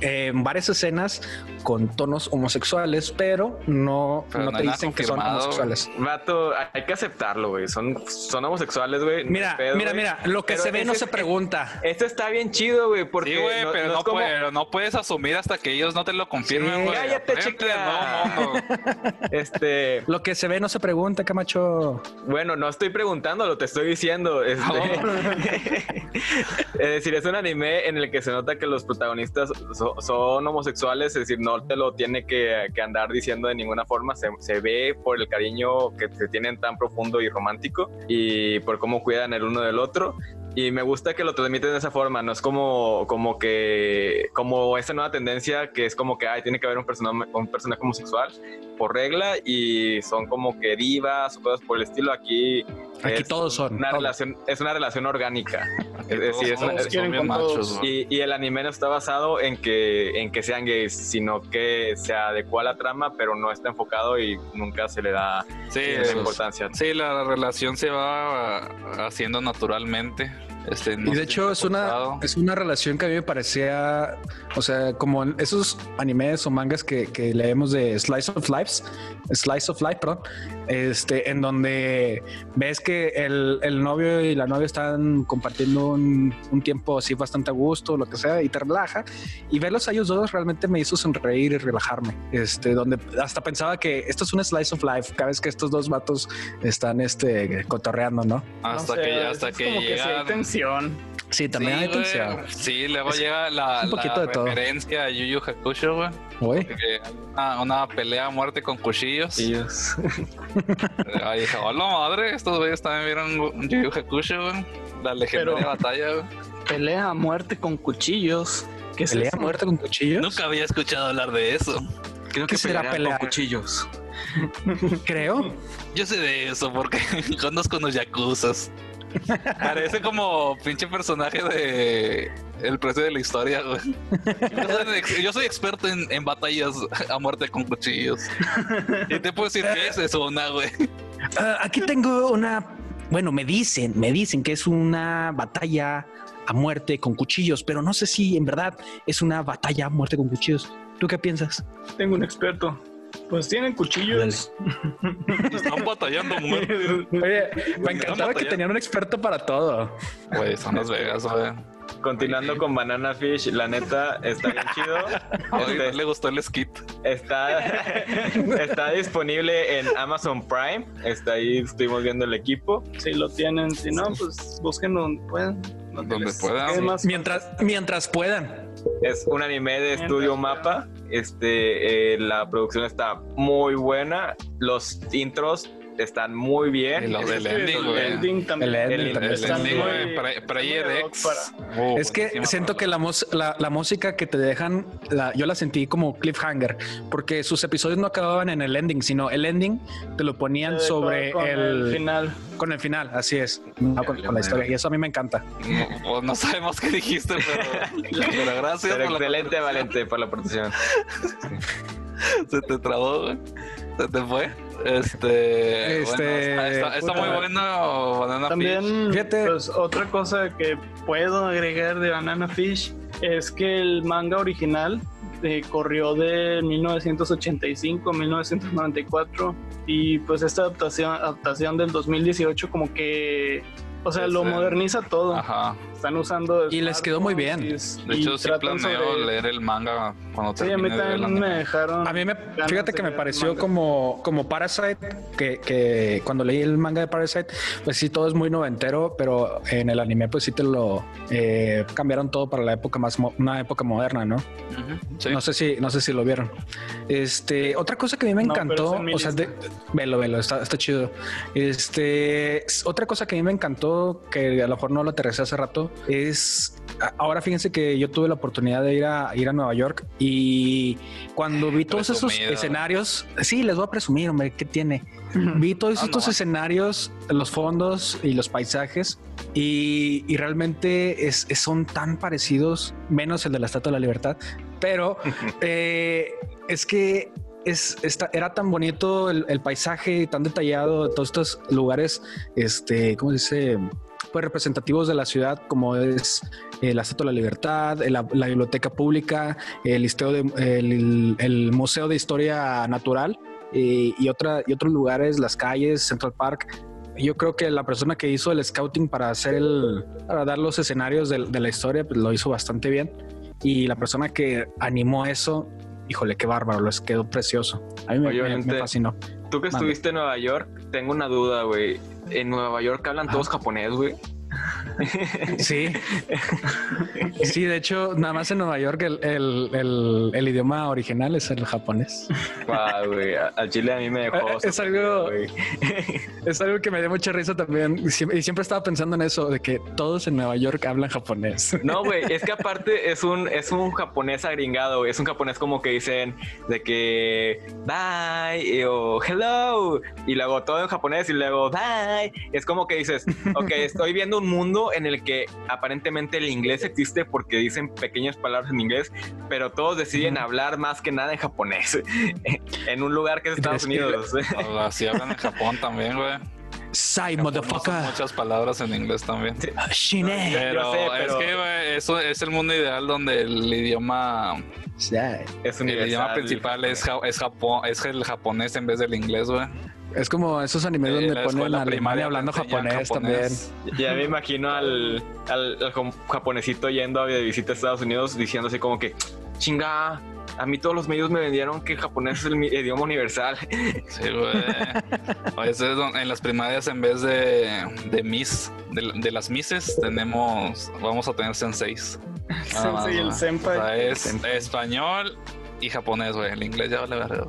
eh, en varias escenas con tonos homosexuales, pero no, Pero no te no hay nada dicen que son confirmado. homosexuales. Mm, Vato, hay que aceptarlo, güey. Son, son homosexuales, güey. no Mira, hay pedo, mira, güey. mira, lo que Pero se ve ese no es- se pregunta. Esto está bien chido, güey, porque sí, güey, no- pero, no no es como- pero no puedes asumir hasta que ellos no te lo confirmen, Sí. güey. Cállate, Aprende, chiquilla. No, no, no. este, Lo que se ve no se pregunta, Camacho. Bueno, no estoy preguntándolo, te estoy diciendo. este. *laughs* es decir, es un anime en el que se nota que los protagonistas so- son homosexuales, es decir, no te lo tiene que, que andar diciendo de ninguna forma, se, se ve por el cariño que se tienen tan profundo y romántico y por cómo cuidan el uno del otro. Y me gusta que lo transmiten de esa forma, no es como, como que, como esa nueva tendencia que es como que, ay, tiene que haber un personaje, un personaje homosexual por regla y son como que divas o cosas por el estilo. Aquí, Aquí es todos son. una todos. relación, es una *laughs* relación orgánica. *laughs* Aquí Es decir, todos es- son- son quieren bien con todos. machos, güey. Y, y el anime no está basado en que, en que sean gays, sino que se adecua a la trama, pero no está enfocado y nunca se le da Sí, eh, la esos- importancia. Sí, la relación se va ah, haciendo naturalmente. Este, no Y de se hecho siente es una, forzado. es una relación que a mí me parecía, o sea, como en esos animes o mangas que, que leemos de Slice of Lives, Slice of Life, perdón, este, en donde ves que el, el novio y la novia están compartiendo un, un tiempo así bastante a gusto, lo que sea, y te relaja. Y verlos a ellos dos realmente me hizo sonreír y relajarme. Este, donde hasta pensaba que esto es un Slice of Life, cada vez que estos dos vatos están este, cotorreando, ¿no? Hasta no sé, que, es hasta que como que sí hay llegan- tensión. Sí, también Sí, hay güey. tensión. Sí, luego Es- llega la, es un poquito la de todo. referencia a Yu Yu Hakusho, güey. Güey. que hay Una, una pelea a muerte con cuchillos. Y Y... es- Ahí dije, hola madre, estos güeyes también vieron Yu Yu Hakusho, güey. La legendaria Pero- batalla, güey. Pelea a muerte con cuchillos. ¿Qué es ¿Pelea eso? muerte con cuchillos? Nunca había escuchado hablar de eso. Creo ¿Qué será pelear? cuchillos. *laughs* Creo. Yo sé de eso porque *laughs* conozco unos yakuzas. Parece como pinche personaje de El precio de la historia, güey. Yo soy, ex- yo soy experto en, en batallas a muerte con cuchillos. Y te puedo decir que esa es una, güey. Ah, aquí tengo una. Bueno, me dicen, me dicen que es una batalla a muerte con cuchillos, pero no sé si en verdad es una batalla a muerte con cuchillos. ¿Tú qué piensas? Tengo un experto. Pues tienen cuchillos. Están batallando a muerte. Oye, me encantaba que tenían un experto para todo. Güey, son Las Vegas, güey. Continuando con Banana Fish, la neta está bien chido. Ay, Este, no le gustó el skit. Está, *laughs* está disponible en Amazon Prime. Está ahí, estuvimos viendo el equipo. Si lo tienen, si no, pues busquen donde puedan. Donde puedan, ¿Qué sí. más? Mientras, mientras puedan. Es un anime de estudio Mapa. Este, eh, la producción está muy buena. Los intros están muy bien. Y los Este, del El ending, güey. ending también. El ending El también El está ending, muy- güey, Pre- Prayer muy ad hoc X. para- Oh, Es que buenísima siento que la, mos- la, la música que te dejan, la, yo la sentí como cliffhanger, porque sus episodios no acababan en el ending, sino el ending te lo ponían Eh, sobre con- con el, final. con el final, así es, Ah, con, con la historia, y eso a mí me encanta. No, pues no sabemos qué dijiste, *laughs* pero, pero gracias pero por la excelente, contribución. Valente, por la aportación. Se te trabó, güey. se te fue. Este, Este, bueno, está, está- está puta muy madre. bueno Banana Fish. También, Fíjate. pues, otra cosa que puedo agregar de Banana Fish es que el manga original eh, corrió de 1985 1994 y pues esta adaptación, adaptación del 2018 como que, o sea, Pues, lo eh, moderniza todo. Ajá. Están usando... Y les quedó muy bien. smartphones De y- hecho, y sí tratan planeo sobre- leer el manga cuando Sí, a termine mí de ver el también me anime. dejaron... *laughs* A mí me, ganas fíjate de que me leer pareció manga. como, como Parasite, que, que cuando leí el manga de Parasite, pues sí, todo es muy noventero, pero en el anime, pues sí te lo eh, cambiaron todo para la época más, mo- una época moderna, ¿no? *laughs* Ujú, sí. No sé si, no sé si lo vieron. Este, otra cosa que a mí me No, pero encantó, es en mi o sea, de- lista. velo, velo, está, está chido. Este, s- otra cosa que a mí me encantó, que a lo mejor no lo aterricé hace rato, es a- ahora fíjense que yo tuve la oportunidad de ir a ir a Nueva York y cuando vi todos esos Presumido. escenarios, sí, les voy a presumir, hombre, ¿qué tiene? Vi todos Ah, estos no. escenarios, los fondos y los paisajes y, y realmente es- es- son tan parecidos, menos el de la Estatua de la Libertad, *laughs* pero eh, es que es, está- era tan bonito el, el paisaje, tan detallado, todos estos lugares, este, ¿cómo se dice? Pues representativos de la ciudad, como es eh, la Estatua de la Libertad, eh, la, la biblioteca pública, el, isteo de- el- el Museo de Historia Natural eh, y, otra, y otros lugares, las calles, Central Park. Yo creo que la persona que hizo el scouting para hacer el, para dar los escenarios del- de, la historia, pues lo hizo bastante bien. Y la persona que animó eso, híjole, qué bárbaro, les quedó precioso. A mí me, Oye, me- me Valente. fascinó. Tú que Mande. estuviste en Nueva York, tengo una duda, güey. En Nueva York hablan Ajá. todos japonés, güey. Sí. Sí, de hecho, nada más en Nueva York el, el- el- el idioma original es el japonés. Guau, güey. a- Al chile a mí me dejó. Eh, es sorprendido, algo- güey. *laughs* Es algo que me dio mucha risa también. Y siem- y siempre estaba pensando en eso, de que todos en Nueva York hablan japonés. No, güey, es que aparte es un, es un japonés agringado, güey. Es un japonés como que dicen de que bye y- o hello y luego todo en japonés y luego bye. Es como que dices, ok, estoy viendo un mundo en el que aparentemente el inglés existe porque dicen pequeñas palabras en inglés, pero todos deciden Ujú. hablar más que nada en japonés *laughs* en un lugar que es Estados Es que- Unidos. *laughs* Así hablan en Japón también, güey. *laughs* Sai, Japón usa motherfucker. Muchas palabras en *laughs* inglés también. Shine. Pero, sé, es pero- que güey, eso es el mundo ideal donde el idioma, Sai. Es un el idioma principal es, ja- es Japón, es el japonés en vez del inglés, güey. Es como esos animes En donde la ponen escuela a Alemania primaria hablando te enseñan japonés, japonés. Ya me imagino al, al, al jom- japonesito yendo a de visita a Estados Unidos diciendo así como que, chinga, a mí todos los medios me vendieron que el japonés es el mi- idioma universal. Sí, güey. A veces don- en las primarias, en vez de, de Miss, de, de las Misses, tenemos, vamos a tener *laughs* senseis. Nada más, Sensei, el güey. senpai. O sea, es español y japonés, güey. El inglés ya vale verga.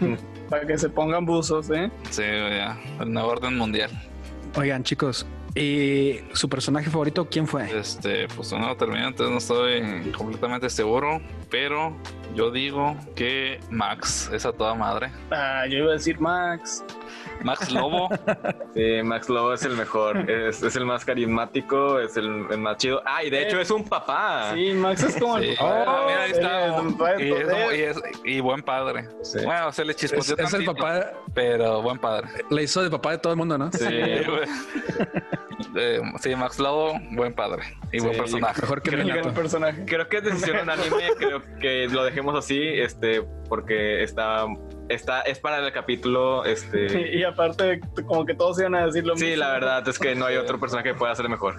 güey. Para que se pongan buzos, ¿eh? Sí, güey, ya. El nuevo orden mundial. también. Oigan, chicos, ¿y su personaje favorito quién fue? Este, pues no lo terminé, entonces no estoy completamente seguro. Pero yo digo que Max es a toda madre. Ah, yo iba a decir Max. Max *laughs* Lobo. Sí, Max Lobo es el mejor, es, es el más carismático, es el, el más chido. Ah, y de hecho es un papá. Sí, Max es como *laughs* Sí. el papá. Ah, mira, ahí está. El papá de Y, es como- poder. y es- y buen padre. Sí. Bueno, se le Es, chispoteó es el tantito, papá, Pero buen padre. le hizo de papá de todo el mundo, ¿no? Sí. Sí, güey. *laughs* Eh, sí, Max Lobo, buen padre y buen Sí. personaje. Mejor que Creo Qué que- Minato. gran personaje. Creo que es decisión unánime, creo que lo dejemos así, este, porque está, está, es para el capítulo, este. Y aparte, como que todos iban a decir lo mismo. Sí, la verdad es que no hay otro personaje que pueda ser mejor.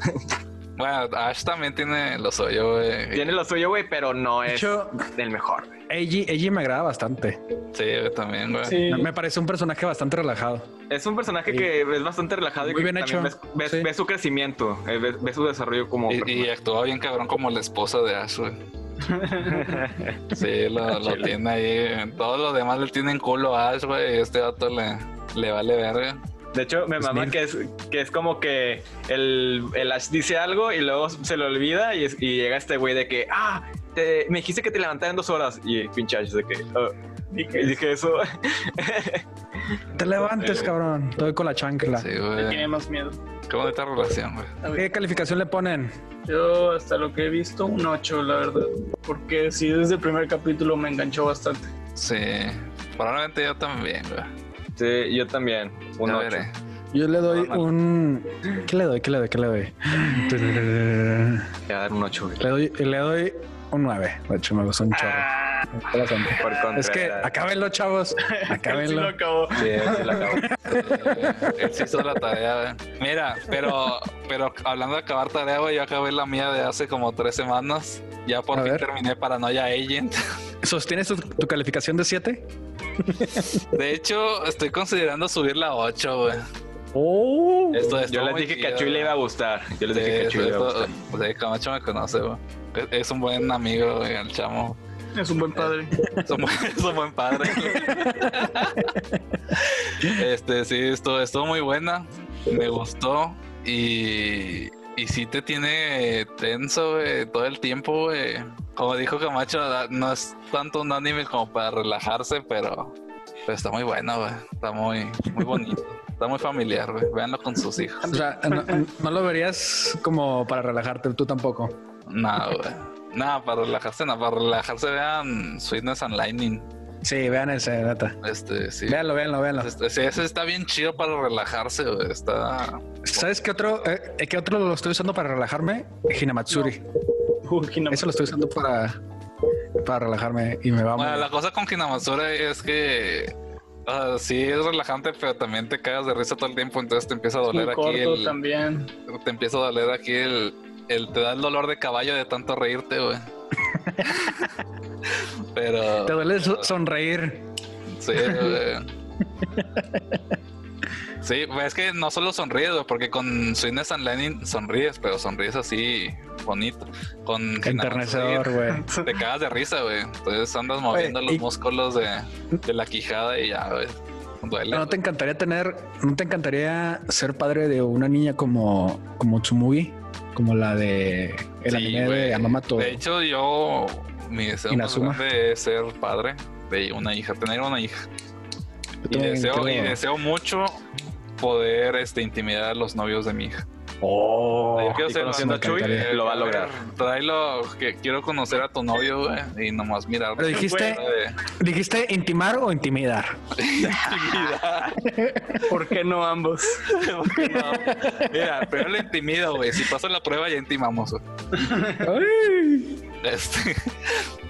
Bueno, Ash también tiene lo suyo, güey. Tiene lo suyo, güey, pero no es hecho- el mejor. güey. Eiji, Eiji me agrada bastante. Sí, güey, también, güey. Sí. Me parece un personaje bastante relajado. Es un personaje Sí. que es bastante relajado y Muy que bien también hecho. Ves, ves- Sí. ves su crecimiento, eh, ves, ves su desarrollo como. Y, y actúa bien cabrón como la esposa de Ash, güey. Sí, lo, lo Chile. tiene ahí. Todos los demás le tienen culo a Ash, güey. y Este vato le, le vale verga. De hecho, me Pues mamá mira. que es, que es como que el, el Ash dice algo y luego se lo olvida y, es- y llega este güey de que, ah, te- me dijiste que te levantara en dos horas. Y pinche Ash de que, "Ah, dije, dije *laughs* eso. Te levantes, Eh, cabrón. Estoy con la chancla. Sí, Le tiene güey. más miedo. Qué bonita relación, güey. ¿Qué calificación le ponen? Yo hasta lo que he visto un 8, la verdad. Porque sí, desde el primer capítulo me enganchó bastante. Sí. Probablemente yo también, güey. Sí, yo también. Un Ya ocho. veré. Yo le doy Ah, no. un... ¿Qué le doy? ¿Qué le doy? ¿Qué le doy? Le Te voy a dar un 8, güey. doy, le doy un 9. De hecho, me gustó un chorro. Bastante. Por contra. Es que acábenlo, chavos. Sí lo Acábenlo. acabó. Sí, sí la acabo. Él *laughs* sí hizo la tarea, güey. Mira, pero, pero hablando de acabar tarea, güey, yo acabé la mía de hace como tres semanas. Ya por A fin ver. terminé Paranoia Agent. ¿Sostienes tu, tu calificación de 7? De hecho, estoy considerando subir la 8, güey. Oh. *laughs* Esto es Yo les dije que a Chuy le iba a gustar. Yo les dije que a Chuy le iba a gustar. de Camacho me conoce, güey. Es- Es un buen amigo, güey, el chamo. Es un buen *laughs* padre. Es un buen, *laughs* es un buen padre. este, sí, estuvo, estuvo muy buena. Me gustó. Y, y sí te tiene tenso, güey, todo el tiempo, güey. Como dijo Camacho, da- no es tanto un anime como para relajarse, pero, pero está muy bueno, güey. Está muy, muy bonito. Está muy familiar, güey. Véanlo con sus hijos. O sea, no, no lo verías como para relajarte, tú tampoco. No, güey. No, para relajarse, no, para relajarse vean Sweetness and Lightning. Sí, vean ese, neta. Este, sí. Véanlo, véanlo, véanlo. Este, sí, ese está bien chido para relajarse, güey. Está. ¿Sabes qué otro, eh, qué otro lo estoy usando para relajarme? Hinamatsuri. Uh, Hinamatsuri. Eso lo estoy usando para, para relajarme y me va muy Bueno, bien. la cosa con Hinamatsura es que. o sea, sí, es relajante, pero también te cagas de risa todo el tiempo, entonces te empieza a Muy doler aquí. corto El, también. *laughs* te empieza a doler aquí el, el. Te da el dolor de caballo de tanto reírte, güey. pero. Te duele so- sonreír. Sí, güey. Sí, pues es que no solo sonríes, güey, porque con Sweeney and Lenin sonríes, pero sonríes así bonito. Con Enternecedor, güey. Te cagas de risa, güey. Entonces andas moviendo Oye, los y- músculos de, de la quijada y ya, güey. Duele. ¿No te encantaría tener, no te encantaría ser padre de una niña como, como Tsumugi? Como la de el Sí, anime güey. de Amamato. De hecho, yo mi deseo más Inazuma. grande es ser padre de una hija, tener una hija. Yo Y también deseo, y creo- deseo mucho poder este intimidar a los novios de mi hija. Oh. Yo quiero y ser conociendo a novio, Chuy, güey. lo va a lograr. Tráelo, que quiero conocer a tu novio, güey, y nomás mirar. Pero dijiste- ¿Dijiste intimar o intimidar? ¿Por qué no ambos? Mira, pero lo intimido, güey. Si pasa la prueba, ya intimamos, güey. Este,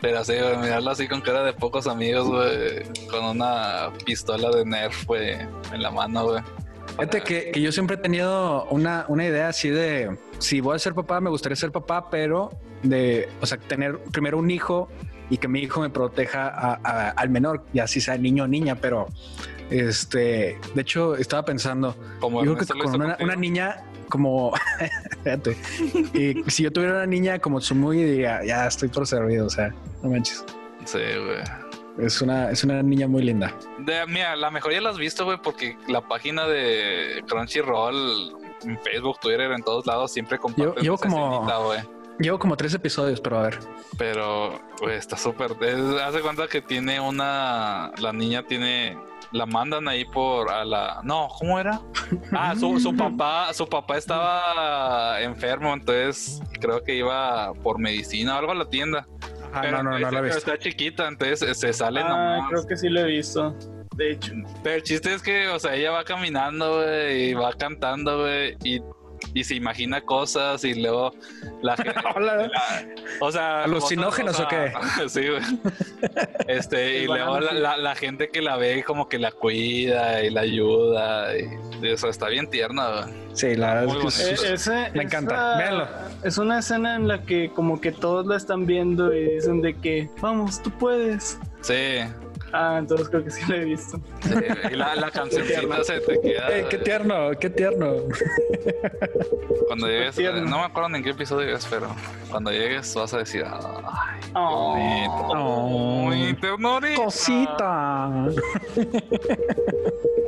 pero sí, güey, mirarlo así con cara de pocos amigos, güey, con una pistola de Nerf, güey, en la mano, güey. Fíjate que, que yo siempre he tenido una, una idea así de si voy a ser papá, me gustaría ser papá, pero de, o sea, tener primero un hijo y que mi hijo me proteja a- a- al menor, ya si sea niño o niña, pero este, de hecho, estaba pensando, Como yo creo Ernesto que lo con hizo una, contigo. una niña como, *laughs* fíjate, y si yo tuviera una niña como Tsumugi, diría, ya estoy por servido, o sea, no manches, Sí, güey. es una, es una niña muy linda. De- mira, la mejor ya la has visto, güey, porque la página de Crunchyroll, en Facebook, Twitter, en todos lados, siempre comparten Yo- yo esa como- escenita, güey. Llevo como tres episodios, pero a ver. Pero, güey, está súper... es- Hace cuenta que tiene una... La niña tiene... La mandan ahí por a la... No, *laughs* ¿cómo era? Ah, su, su papá, su papá estaba enfermo, entonces creo que iba por medicina o algo a la tienda. Ah, no, no, no entonces, la he pero visto. Está chiquita, entonces eh, se sale Ah, nomás. creo que sí lo he visto. De hecho, Pero el chiste es que, o sea, ella va caminando, güey, y va cantando, güey, y y se imagina cosas y luego *laughs* la gente. Hola. la- o sea, ¿Alucinógenos cosas, o, qué? *laughs* sí, *laughs* güey. Este, y El luego banano, la, sí. la- la gente que la ve como que la cuida y la ayuda. Y, y eso está bien tierna, güey. Sí, la verdad Muy es que bonito. sí. Eh, ese- Me encanta. esa- Véanlo. Es una escena en la que como que todos la están viendo y dicen de que, vamos, tú puedes. Sí. Ah, entonces creo que sí la he visto. sí. Y la, *laughs* la cancioncita se te queda. Eh, qué güey. tierno, qué tierno. Cuando llegues, eh, tierno. no me acuerdo en qué episodio es, pero cuando llegues vas a decir, ay, Oh. bonito. Muy ternurita. Cosita.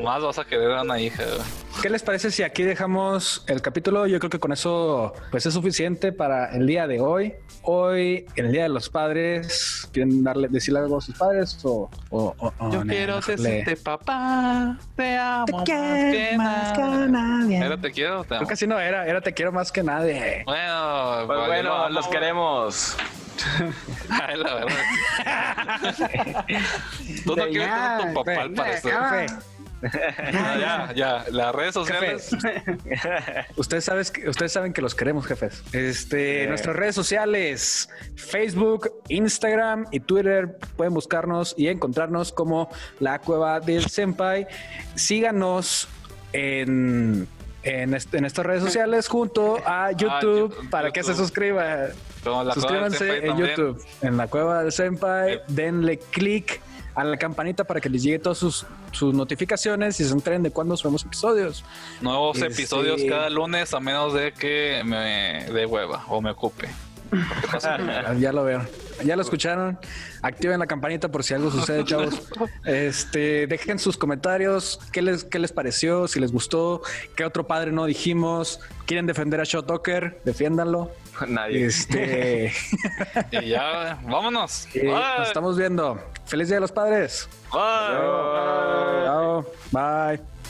Más vas a querer a una hija. güey. ¿Qué les parece si aquí dejamos el capítulo? Yo creo que con eso pues es suficiente para el día de hoy. Hoy, el día de los padres, ¿quieren darle, decirle algo a sus padres? O, o- o- o no, le- papá. Te amo. Eh, nadie. Era te quiero o te amo. Creo que así no era, era te quiero más que nadie. Bueno, Pues yo lo bueno, amo, los güey. queremos. *laughs* Ay, la verdad. *laughs* Tú no De quieres ya, tener tu papá al Ve, parecer. ve, No, ya, ya. Las redes sociales. *laughs* Ustedes, sabes que, ustedes saben que los queremos, jefes. Este, Eh. Nuestras redes sociales, Facebook, Instagram y Twitter, pueden buscarnos y encontrarnos como La Cueva del Senpai. Síganos en, en, est- en estas redes sociales junto a YouTube Ah, YouTube. para que se suscriba. Como la Cueva del Suscríbanse Senpai en también. Eh. YouTube, en La Cueva del Senpai. Denle click a la campanita para que les llegue todas sus, sus notificaciones y se enteren de cuándo subimos episodios. Nuevos Este- episodios cada lunes a menos de que me dé hueva o me ocupe. Ah, *laughs* Ya lo vieron. Ya lo escucharon. Activen la campanita por si algo sucede, chavos. Este, dejen sus comentarios. ¿Qué les, qué les pareció? Si les gustó. ¿Qué otro padre no dijimos? ¿Quieren defender a Shot Docker? Defiéndanlo. Nadie. Este, Y ya, *laughs* vámonos. eh, nos estamos viendo. Feliz Día de los Padres. Bye. Luego. Chao. Bye.